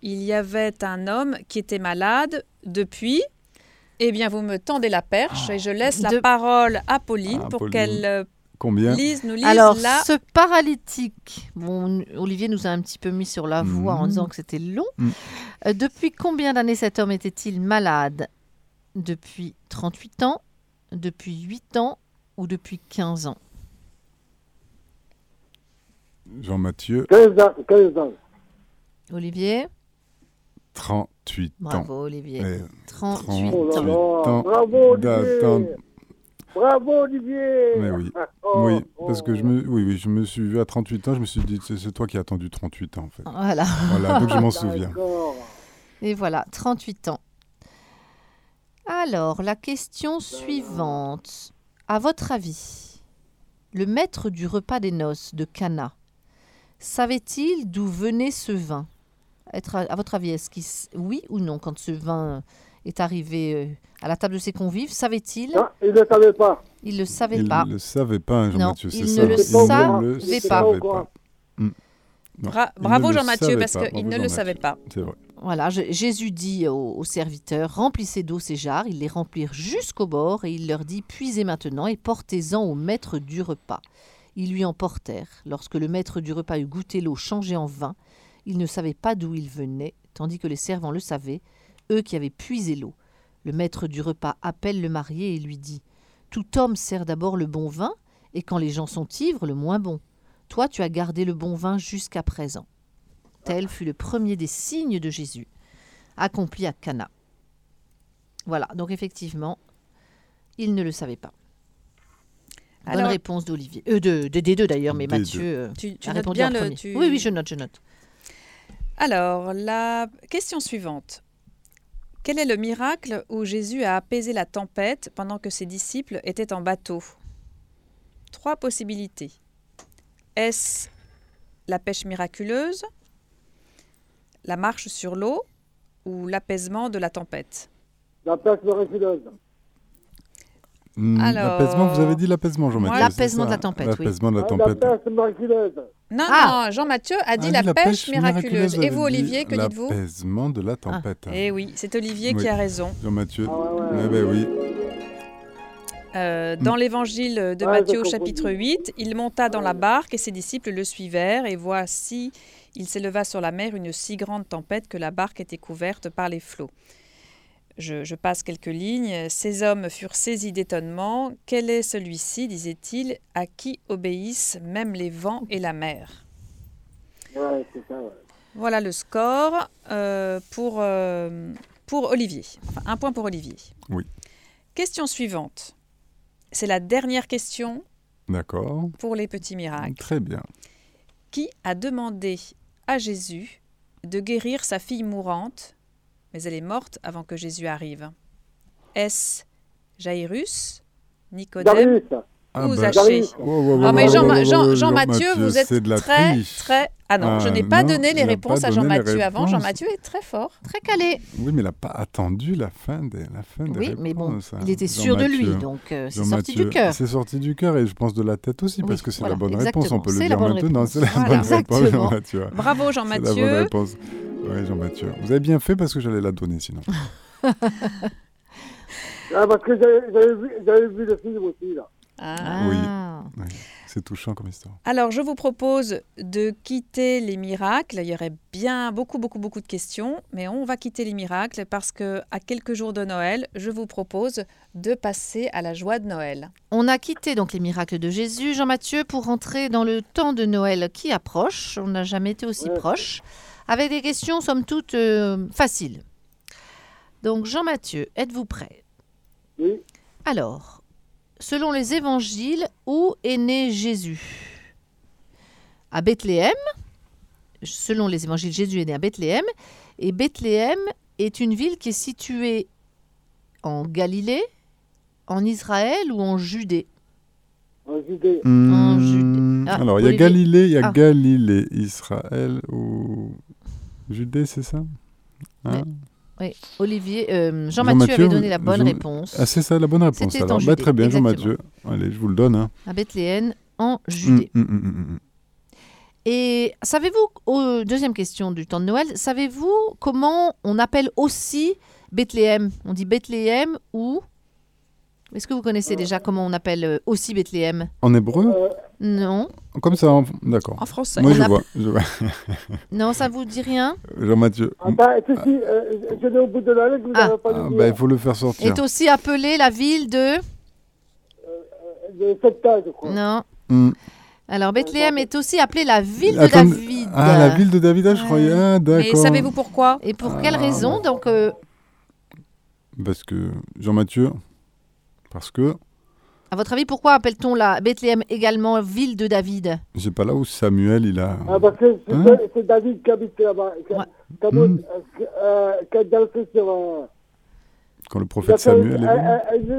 Speaker 2: il y avait un homme qui était malade depuis eh bien, vous me tendez la perche et je laisse la
Speaker 3: De-
Speaker 2: parole à Pauline
Speaker 1: Ah,
Speaker 2: pour
Speaker 1: Pauline.
Speaker 2: qu'elle euh,
Speaker 1: Combien
Speaker 2: lise, nous lise
Speaker 3: Alors,
Speaker 2: la...
Speaker 3: ce paralytique, bon, Olivier nous a un petit peu mis sur la voie en
Speaker 1: Mhm.
Speaker 3: disant que c'était long.
Speaker 1: Mhm.
Speaker 3: Euh, depuis combien d'années cet homme était-il malade Depuis 38 ans, depuis 8 ans ou depuis 15 ans
Speaker 1: Jean-Mathieu,
Speaker 4: 15 ans, 15 ans.
Speaker 1: Mm.
Speaker 3: Olivier
Speaker 1: 38 ans.
Speaker 3: Bravo, Olivier.
Speaker 1: Eh,
Speaker 3: 38
Speaker 4: Oh là
Speaker 1: Trente-huit
Speaker 3: ans.
Speaker 1: ans
Speaker 4: là. Bravo,
Speaker 1: Euh, d'attente.
Speaker 4: Olivier. Bravo, Olivier.
Speaker 1: Mais oui.
Speaker 4: Oh,
Speaker 1: oui, parce que je
Speaker 4: oh.
Speaker 1: me, oui, oui, je me suis vu à 38 ans, je me suis dit, c'est c'est toi qui as attendu 38 ans, en fait.
Speaker 3: Voilà.
Speaker 1: Voilà, donc je
Speaker 3: [LAUGHS]
Speaker 1: m'en souviens.
Speaker 4: D'accord.
Speaker 3: Et voilà, 38 ans. Alors, la question suivante. À votre avis, le maître du repas des noces de Cana savait-il d'où venait ce vin Être à, à votre avis, est-ce qu'il s- oui ou non quand ce vin est arrivé euh, à la table de ses convives, savait-il
Speaker 4: Non, Ah, il ne savait pas.
Speaker 3: Il le savait
Speaker 1: Il
Speaker 3: pas.
Speaker 1: ne le savait pas, hein, Jean-Mathieu,
Speaker 3: Non,
Speaker 1: c'est
Speaker 3: il
Speaker 1: ça.
Speaker 3: ne le
Speaker 1: le
Speaker 4: savait
Speaker 1: savait
Speaker 4: pas.
Speaker 1: pas. Non,
Speaker 2: Bra-
Speaker 1: il ne
Speaker 2: bravo
Speaker 1: le
Speaker 2: Jean-Mathieu
Speaker 1: savait
Speaker 2: parce
Speaker 1: pas. Bravo,
Speaker 2: qu'il ne le
Speaker 1: Jean-Mathieu.
Speaker 2: savait pas.
Speaker 1: C'est vrai.
Speaker 3: Voilà, J- Jésus dit aux, aux serviteurs Remplissez d'eau ces jarres. Ils les remplirent jusqu'au bord et il leur dit Puisez maintenant et portez-en au maître du repas. Ils lui en portèrent. Lorsque le maître du repas eut goûté l'eau changée en vin, il ne savait pas d'où il venait, tandis que les servants le savaient, eux qui avaient puisé l'eau. Le maître du repas appelle le marié et lui dit Tout homme sert d'abord le bon vin, et quand les gens sont ivres, le moins bon. Toi, tu as gardé le bon vin jusqu'à présent. Tel fut le premier des signes de Jésus accompli à Cana. Voilà, donc effectivement, il ne le savait pas. Bonne
Speaker 2: Alors-
Speaker 3: réponse d'Olivier. Euh, de, de- des deux d'ailleurs, mais
Speaker 1: Des
Speaker 3: Mathieu euh,
Speaker 2: Tu, tu
Speaker 3: a
Speaker 2: notes
Speaker 3: répondu
Speaker 2: bien
Speaker 3: en
Speaker 2: le-
Speaker 3: premier.
Speaker 2: tu-
Speaker 3: Oui, oui, je note, je note.
Speaker 2: Alors, la question suivante. Quel est le miracle où Jésus a apaisé la tempête pendant que ses disciples étaient en bateau Trois possibilités. Est-ce la pêche miraculeuse, la marche sur l'eau ou l'apaisement de la tempête
Speaker 4: La place miraculeuse. Ah,
Speaker 1: Hmm,
Speaker 2: Alors-
Speaker 1: L'apaisement, vous avez dit l'apaisement, Jean-Mathieu.
Speaker 3: Moi,
Speaker 1: c'est
Speaker 3: l'apaisement
Speaker 1: ça
Speaker 3: de la tempête, oui.
Speaker 1: L'apaisement de la
Speaker 4: La
Speaker 1: tempête.
Speaker 4: place miraculeuse.
Speaker 2: Non,
Speaker 3: Ah
Speaker 2: non, Jean-Mathieu a dit
Speaker 1: Ah,
Speaker 2: la,
Speaker 1: oui,
Speaker 2: pêche, miraculeuse. Et
Speaker 1: avait
Speaker 2: vous,
Speaker 1: dit
Speaker 2: Olivier, que dites-vous
Speaker 1: L'apaisement de la tempête.
Speaker 3: Ah,
Speaker 2: Eh oui, c'est Olivier
Speaker 1: Oui.
Speaker 2: qui a raison.
Speaker 1: Jean-Mathieu.
Speaker 4: Ah, ouais, ouais.
Speaker 1: Eh ben oui.
Speaker 2: Euh, dans l'évangile de
Speaker 4: Ouais,
Speaker 2: Matthieu
Speaker 4: Ah, j'ai
Speaker 2: au
Speaker 4: compris. Ah.
Speaker 2: chapitre 8, il monta dans la
Speaker 4: Ouais.
Speaker 2: barque et ses disciples le suivirent. Et voici, il s'éleva sur la mer une si grande tempête que la barque était couverte par les flots. Je, je passe quelques lignes. Ces hommes furent saisis d'étonnement. Quel est celui-ci, disaient-ils, à qui obéissent même les vents et la mer
Speaker 4: Ouais, c'est ça, ouais.
Speaker 2: Voilà le score euh, pour, euh, pour Olivier. Enfin, un point pour Olivier.
Speaker 1: Oui.
Speaker 2: Question suivante. C'est la dernière question
Speaker 1: D'accord.
Speaker 2: pour les petits
Speaker 3: Ah,
Speaker 2: miracles.
Speaker 1: Très bien.
Speaker 2: Qui a demandé à Jésus de guérir sa fille mourante, mais elle est morte avant que Jésus arrive. Est-ce Jairus, Nicodème
Speaker 4: Darius,
Speaker 2: ou
Speaker 1: bah,
Speaker 2: Zachée
Speaker 3: Oh,
Speaker 4: Darius.
Speaker 1: ouais, ouais, ouais,
Speaker 2: Ah, mais
Speaker 1: ouais,
Speaker 2: Jean,
Speaker 1: ouais, ouais,
Speaker 2: Jean,
Speaker 1: ouais,
Speaker 2: Jean Mathieu, vous êtes
Speaker 1: c'est de la
Speaker 2: très,
Speaker 1: triche.
Speaker 2: très. Ah non,
Speaker 1: Ah,
Speaker 2: je n'ai pas
Speaker 1: non,
Speaker 2: donné les
Speaker 1: il a pas
Speaker 2: réponses à Jean
Speaker 1: donné les
Speaker 2: Mathieu avant. Jean
Speaker 1: réponses.
Speaker 2: Mathieu est très fort.
Speaker 3: Très calé.
Speaker 1: Oui, mais il n'a pas attendu la fin des, la fin des
Speaker 3: Oui, mais bon,
Speaker 1: réponses, hein,
Speaker 3: il était
Speaker 1: Jean
Speaker 3: sûr de
Speaker 1: Mathieu.
Speaker 3: lui, donc euh, c'est
Speaker 1: Jean
Speaker 3: sorti
Speaker 1: Mathieu.
Speaker 3: du cœur.
Speaker 1: C'est sorti du cœur et je pense de la tête aussi,
Speaker 3: Oui,
Speaker 1: parce que c'est
Speaker 3: voilà,
Speaker 1: la bonne réponse,
Speaker 3: exactement.
Speaker 1: on peut
Speaker 3: C'est
Speaker 1: le
Speaker 3: la
Speaker 1: dire
Speaker 3: bonne
Speaker 1: maintenant.
Speaker 3: réponse.
Speaker 1: C'est la
Speaker 3: Voilà,
Speaker 1: bonne réponse,
Speaker 3: exactement.
Speaker 1: Jean Mathieu.
Speaker 2: Bravo Jean
Speaker 1: C'est la bonne
Speaker 2: Mathieu.
Speaker 1: réponse. Oui, Jean Mathieu. Vous avez bien fait parce que j'allais la donner
Speaker 3: [LAUGHS]
Speaker 1: sinon.
Speaker 4: Ah, parce que j'avais- j'avais vu, j'avais vu le film aussi, là.
Speaker 2: Ah.
Speaker 1: Oui.
Speaker 3: Ah.
Speaker 1: C'est touchant comme histoire.
Speaker 2: Alors, je vous propose de quitter les miracles. Il y aurait bien beaucoup, beaucoup, beaucoup de questions, mais on va quitter les miracles parce que à quelques jours de Noël, je vous propose de passer à la joie de Noël.
Speaker 3: On a quitté donc les miracles de Jésus, Jean-Mathieu, pour rentrer dans le temps de Noël qui approche. On n'a jamais été aussi
Speaker 4: Ouais.
Speaker 3: proche. Avec des questions, somme toute, euh, faciles. Donc, Jean-Mathieu, êtes-vous prêt
Speaker 4: Oui.
Speaker 3: Alors, selon les évangiles, où est né Jésus À Bethléem. Selon les évangiles, Jésus est né à Bethléem. Et Bethléem est une ville qui est située en Galilée, en Israël ou en Judée
Speaker 4: En Judée.
Speaker 3: En Judée. Ah,
Speaker 1: Alors, il y a
Speaker 3: Olivier.
Speaker 1: Galilée, il y a
Speaker 3: Ah.
Speaker 1: Galilée, Israël ou Judée, c'est ça Hein
Speaker 3: Oui, Olivier, euh, Jean-Mathieu
Speaker 1: Jean-Mathieu,
Speaker 3: avait donné la bonne
Speaker 1: Jean-
Speaker 3: réponse
Speaker 1: Ah, c'est ça la bonne réponse.
Speaker 3: C'était en
Speaker 1: Alors, Bah,
Speaker 3: Judée,
Speaker 1: très bien, Jean
Speaker 3: exactement.
Speaker 1: Mathieu. Allez, je vous le donne. hein.
Speaker 3: à Bethléem en Judée.
Speaker 1: Mm, mm, mm, mm, mm.
Speaker 3: Et savez-vous, euh, deuxième question du temps de Noël, savez-vous comment on appelle aussi Bethléem On dit Bethléem ou Est-ce que vous connaissez déjà comment on appelle euh, aussi Bethléem
Speaker 1: En hébreu
Speaker 4: Euh,
Speaker 3: Non,
Speaker 1: Comme ça, en- d'accord.
Speaker 2: En
Speaker 3: Ah,
Speaker 2: français.
Speaker 1: Moi,
Speaker 3: on
Speaker 1: je
Speaker 3: a-
Speaker 1: vois. je vois. [LAUGHS]
Speaker 3: non, ça vous dit rien.
Speaker 1: Jean Mathieu.
Speaker 4: attends, si, si, euh, je l'ai au bout de la lettre, vous
Speaker 3: Ah.
Speaker 4: n'avez pas
Speaker 1: Ah,
Speaker 4: le
Speaker 1: bah, Il faut le faire sortir.
Speaker 3: Est aussi appelée la ville de
Speaker 4: de Septa, Euh, je crois.
Speaker 3: Non.
Speaker 1: Mm.
Speaker 3: Alors Bethléem est aussi appelée la ville
Speaker 1: Ah,
Speaker 3: de
Speaker 1: comme-
Speaker 3: David.
Speaker 1: Ah, la ville de David, ah, je
Speaker 3: Ouais.
Speaker 1: croyais. Ah,
Speaker 2: Mais
Speaker 1: d'accord.
Speaker 2: savez-vous pourquoi
Speaker 3: Et pour
Speaker 1: Ah,
Speaker 3: quelle raison Donc euh,
Speaker 1: Parce que Jean-Mathieu, parce que
Speaker 3: À votre avis, pourquoi appelle-t-on la Bethléem également ville de David
Speaker 1: j'ai pas là où Samuel il a.
Speaker 4: Ah, parce que c'est,
Speaker 1: Hein
Speaker 4: c'est David qui habite là-bas. Qui
Speaker 3: Ouais.
Speaker 4: qui a
Speaker 1: Mm.
Speaker 4: euh, qui a dansé sur... euh,
Speaker 1: Quand le
Speaker 4: il a
Speaker 1: prophète
Speaker 4: fait
Speaker 1: Samuel est
Speaker 4: un-
Speaker 1: venu.
Speaker 4: un-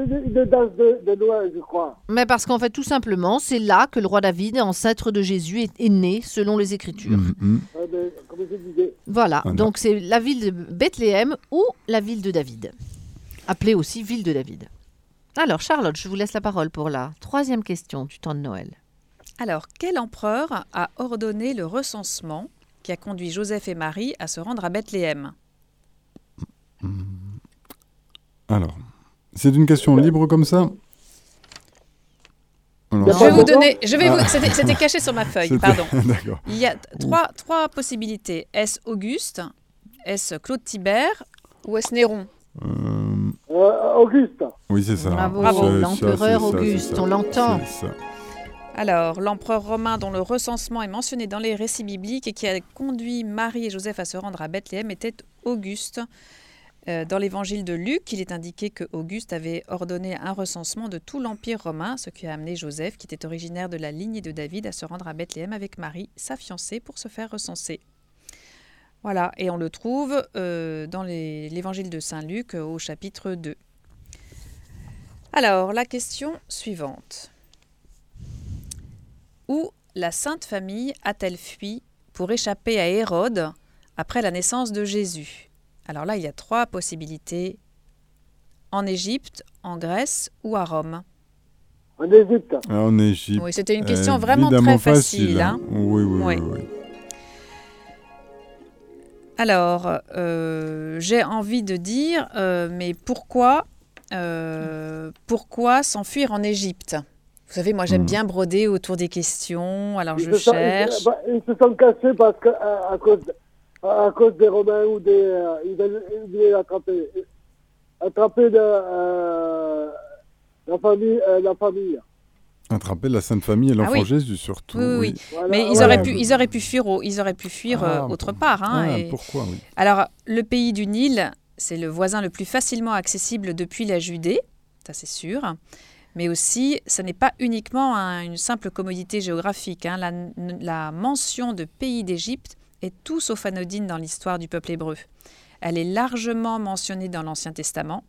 Speaker 4: un- une- une danse de, de Noël, je crois.
Speaker 3: Mais parce qu'en fait, tout simplement, c'est là que le roi David, ancêtre de Jésus, est, est né selon les Écritures.
Speaker 1: Mm, mm.
Speaker 4: Euh, de- comme je disais.
Speaker 3: Voilà,
Speaker 1: Voilà.
Speaker 3: donc c'est la ville de Bethléem ou la ville de David, appelée aussi ville de David. Alors, Charlotte, je vous laisse la parole pour la troisième question du temps de Noël.
Speaker 2: Alors, quel empereur a ordonné le recensement qui a conduit Joseph et Marie à se rendre à Bethléem
Speaker 1: Alors, c'est une question libre comme ça. Alors,
Speaker 4: Je
Speaker 2: Je vais
Speaker 4: Ah,
Speaker 2: vous
Speaker 4: bon
Speaker 2: donner. Je vais vous. C'était c'était caché
Speaker 1: [LAUGHS]
Speaker 2: sur ma feuille.
Speaker 1: c'était-
Speaker 2: Pardon.
Speaker 1: D'accord.
Speaker 2: Il
Speaker 1: [LAUGHS]
Speaker 2: y a t- trois, trois possibilités. Est-ce Auguste Est-ce Claude Tibère Ou est-ce Néron
Speaker 1: Euh,
Speaker 4: Euh, Auguste.
Speaker 1: oui, c'est ça.
Speaker 3: Bravo,
Speaker 1: C'est- c'est ça, c'est ça,
Speaker 3: l'empereur
Speaker 1: c'est
Speaker 3: Auguste,
Speaker 1: ça.
Speaker 3: on l'entend.
Speaker 1: C'est ça.
Speaker 2: Alors, l'empereur romain dont le recensement est mentionné dans les récits bibliques et qui a conduit Marie et Joseph à se rendre à Bethléem était Auguste. Euh, Dans l'évangile de Luc, il est indiqué que Auguste avait ordonné un recensement de tout l'Empire romain, ce qui a amené Joseph, qui était originaire de la lignée de David, à se rendre à Bethléem avec Marie, sa fiancée, pour se faire recenser. Voilà, et on le trouve euh, dans les- l'évangile de Saint Luc euh, au chapitre 2. Alors, la question suivante. Où la Sainte Famille a-t-elle fui pour échapper à Hérode après la naissance de Jésus Alors là, il y a trois possibilités. En Égypte, en Grèce ou à Rome
Speaker 4: En Égypte.
Speaker 1: Ah, En Égypte.
Speaker 2: Oui, c'était une question vraiment
Speaker 1: Euh, Évidemment
Speaker 2: très facile. hein.
Speaker 1: Oui, oui,
Speaker 2: Ouais.
Speaker 1: oui. oui.
Speaker 2: Alors, euh, j'ai envie de dire, euh, mais pourquoi, euh, pourquoi s'enfuir en Égypte Vous savez, moi j'aime
Speaker 1: Mhm.
Speaker 2: bien broder autour des questions, alors Oh, je
Speaker 4: se sont-
Speaker 2: cherche.
Speaker 4: ils- bah, Ils, se sont cachés parce que, euh, à, à cause, à, à cause des Romains ou des. euh, ils veulent ils voulaient attraper. Attraper le, euh, la famille. euh, la famille.
Speaker 1: Attraper la Sainte Famille et l'enfant
Speaker 2: Ah oui.
Speaker 1: Jésus surtout.
Speaker 2: Oui, oui, oui.
Speaker 4: Voilà,
Speaker 2: Mais ils
Speaker 4: voilà.
Speaker 2: auraient, pu, ils auraient pu fuir, au- ils auraient pu fuir euh,
Speaker 1: Ah,
Speaker 2: autre part. hein,
Speaker 1: Ah,
Speaker 2: et-
Speaker 1: Pourquoi oui.
Speaker 2: Alors, le pays du Nil, c'est le voisin le plus facilement accessible depuis la Judée, ça c'est sûr. Mais aussi, ce n'est pas uniquement un- une simple commodité géographique. hein. La, la mention de pays d'Égypte est tout sauf anodine dans l'histoire du peuple hébreu. Elle est largement mentionnée dans l'Ancien Testament.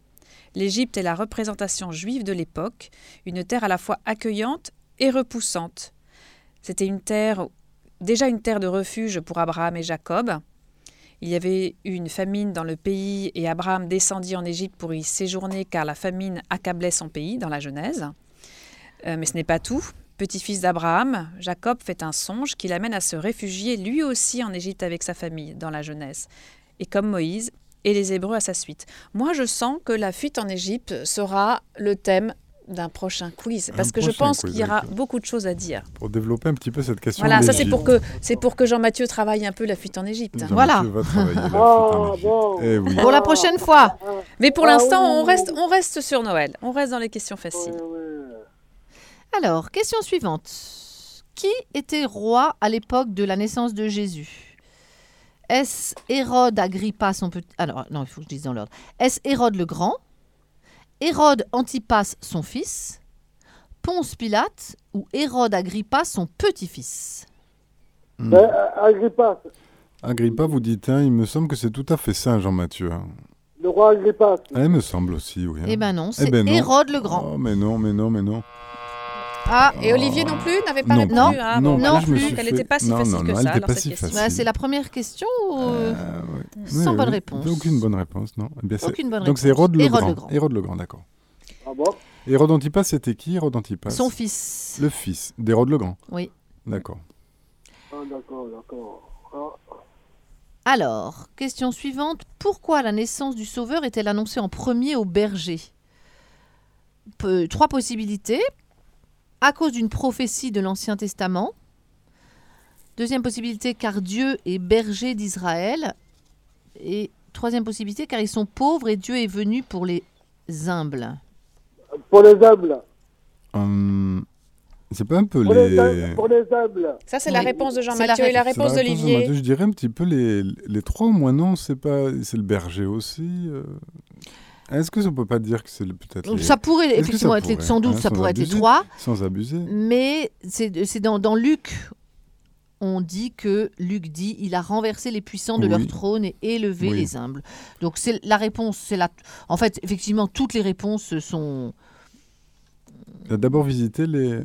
Speaker 2: L'Égypte est la représentation juive de l'époque, une terre à la fois accueillante et repoussante. C'était une terre déjà une terre de refuge pour Abraham et Jacob. Il y avait eu une famine dans le pays et Abraham descendit en Égypte pour y séjourner car la famine accablait son pays dans la Genèse. Euh, mais ce n'est pas tout. Petit-fils d'Abraham, Jacob fait un songe qui l'amène à se réfugier lui aussi en Égypte avec sa famille dans la Genèse. Et comme Moïse et les Hébreux à sa suite. Moi, je sens que la fuite en Égypte sera le thème d'un prochain quiz
Speaker 1: Un
Speaker 2: parce que je
Speaker 1: prochain
Speaker 2: pense
Speaker 1: quiz,
Speaker 2: qu'il y aura
Speaker 1: d'accord.
Speaker 2: beaucoup de choses à dire.
Speaker 1: Pour développer un petit peu cette question.
Speaker 2: Voilà,
Speaker 1: de
Speaker 2: ça c'est
Speaker 1: l'Égypte.
Speaker 2: pour que c'est pour que Jean-Mathieu travaille un peu la fuite en Égypte.
Speaker 1: Jean-Mathieu
Speaker 3: Voilà.
Speaker 1: va travailler
Speaker 2: [LAUGHS]
Speaker 1: la
Speaker 4: Ah,
Speaker 1: fuite en
Speaker 4: bon.
Speaker 1: Égypte. Eh oui.
Speaker 3: Pour la prochaine fois.
Speaker 2: Mais pour
Speaker 4: Ah
Speaker 2: l'instant,
Speaker 4: oui.
Speaker 2: on reste on reste sur Noël. On reste dans les questions
Speaker 4: Ouais,
Speaker 2: faciles.
Speaker 4: ouais.
Speaker 3: Alors, question suivante. Qui était roi à l'époque de la naissance de Jésus Est-ce Hérode Agrippa son petit... Alors, non, il faut que je dise dans l'ordre. Est-ce Hérode le Grand Hérode Antipas son fils Ponce Pilate ou Hérode Agrippa son petit-fils
Speaker 1: Hmm.
Speaker 4: Ben, euh, Agrippa,
Speaker 1: Agrippa, vous dites, hein, il me semble que c'est tout à fait ça, Jean-Mathieu. hein.
Speaker 4: le roi Agrippa.
Speaker 1: Ah, il me semble aussi, oui. hein.
Speaker 3: Eh ben non, c'est
Speaker 1: ben non.
Speaker 3: Hérode le Grand.
Speaker 1: Oh, mais non, mais non, mais non.
Speaker 3: Ah,
Speaker 2: Et Olivier non plus n'avait pas
Speaker 1: Non
Speaker 2: répondu.
Speaker 1: plus.
Speaker 2: Ah,
Speaker 1: Non,
Speaker 2: bon,
Speaker 1: là,
Speaker 2: voilà.
Speaker 1: je me
Speaker 2: Donc,
Speaker 1: suis
Speaker 2: elle
Speaker 1: fait-
Speaker 2: n'était pas si
Speaker 1: Non,
Speaker 2: facile
Speaker 1: non,
Speaker 2: que
Speaker 1: non, elle
Speaker 2: ça.
Speaker 1: était
Speaker 2: alors,
Speaker 1: pas
Speaker 2: cette
Speaker 1: Ah, si
Speaker 2: question.
Speaker 1: facile.
Speaker 3: bah, c'est la première question ou...
Speaker 1: Euh,
Speaker 3: euh,
Speaker 1: ouais.
Speaker 3: Sans
Speaker 1: Oui,
Speaker 3: bonne
Speaker 1: oui.
Speaker 3: réponse.
Speaker 1: Aucune bonne réponse, non. Eh bien, c'est-
Speaker 3: Aucune bonne
Speaker 1: Donc c'est
Speaker 3: réponse.
Speaker 1: Hérode le
Speaker 3: Hérode
Speaker 1: Grand.
Speaker 3: le Grand.
Speaker 1: Hérode le Grand, d'accord.
Speaker 4: Ah bon
Speaker 1: Et Hérode Antipas, c'était qui Hérode Antipas
Speaker 3: Son fils.
Speaker 1: Le fils d'Hérode le Grand.
Speaker 3: Oui.
Speaker 1: D'accord.
Speaker 4: Ah, d'accord, d'accord. Ah,
Speaker 3: Alors, question suivante. Pourquoi la naissance du Sauveur est-elle annoncée en premier aux bergers Peu- euh, Trois possibilités. À cause d'une prophétie de l'Ancien Testament. Deuxième possibilité, car Dieu est berger d'Israël. Et troisième possibilité, car ils sont pauvres et Dieu est venu pour les humbles.
Speaker 4: Ah, pour les humbles.
Speaker 1: Hum, c'est pas un peu
Speaker 4: Pour les,
Speaker 1: les.
Speaker 4: humbles. Pour les humbles.
Speaker 2: Ça, c'est la
Speaker 3: Oui.
Speaker 2: réponse de
Speaker 3: C'est la
Speaker 2: Jean-Mathieu et la
Speaker 1: C'est
Speaker 2: réponse
Speaker 1: la de
Speaker 2: d'Olivier.
Speaker 1: Mathieu. Je dirais un petit peu les, les trois, au moins non, c'est pas, c'est le berger aussi. euh. Est-ce que on peut pas dire que c'est le- peut-être les-
Speaker 3: Ça pourrait
Speaker 1: que ça
Speaker 3: effectivement être les-
Speaker 1: pourrait,
Speaker 3: sans doute,
Speaker 1: hein,
Speaker 3: ça
Speaker 1: sans
Speaker 3: pourrait être les
Speaker 1: abuser
Speaker 3: trois.
Speaker 1: sans abuser
Speaker 3: Mais c'est c'est dans, dans Luc, on dit que Luc dit il a renversé les puissants de
Speaker 1: Oui.
Speaker 3: leur trône et élevé
Speaker 1: Oui.
Speaker 3: les humbles. Donc c'est la réponse, c'est la. En fait, effectivement, toutes les réponses sont.
Speaker 1: Il a d'abord visité les.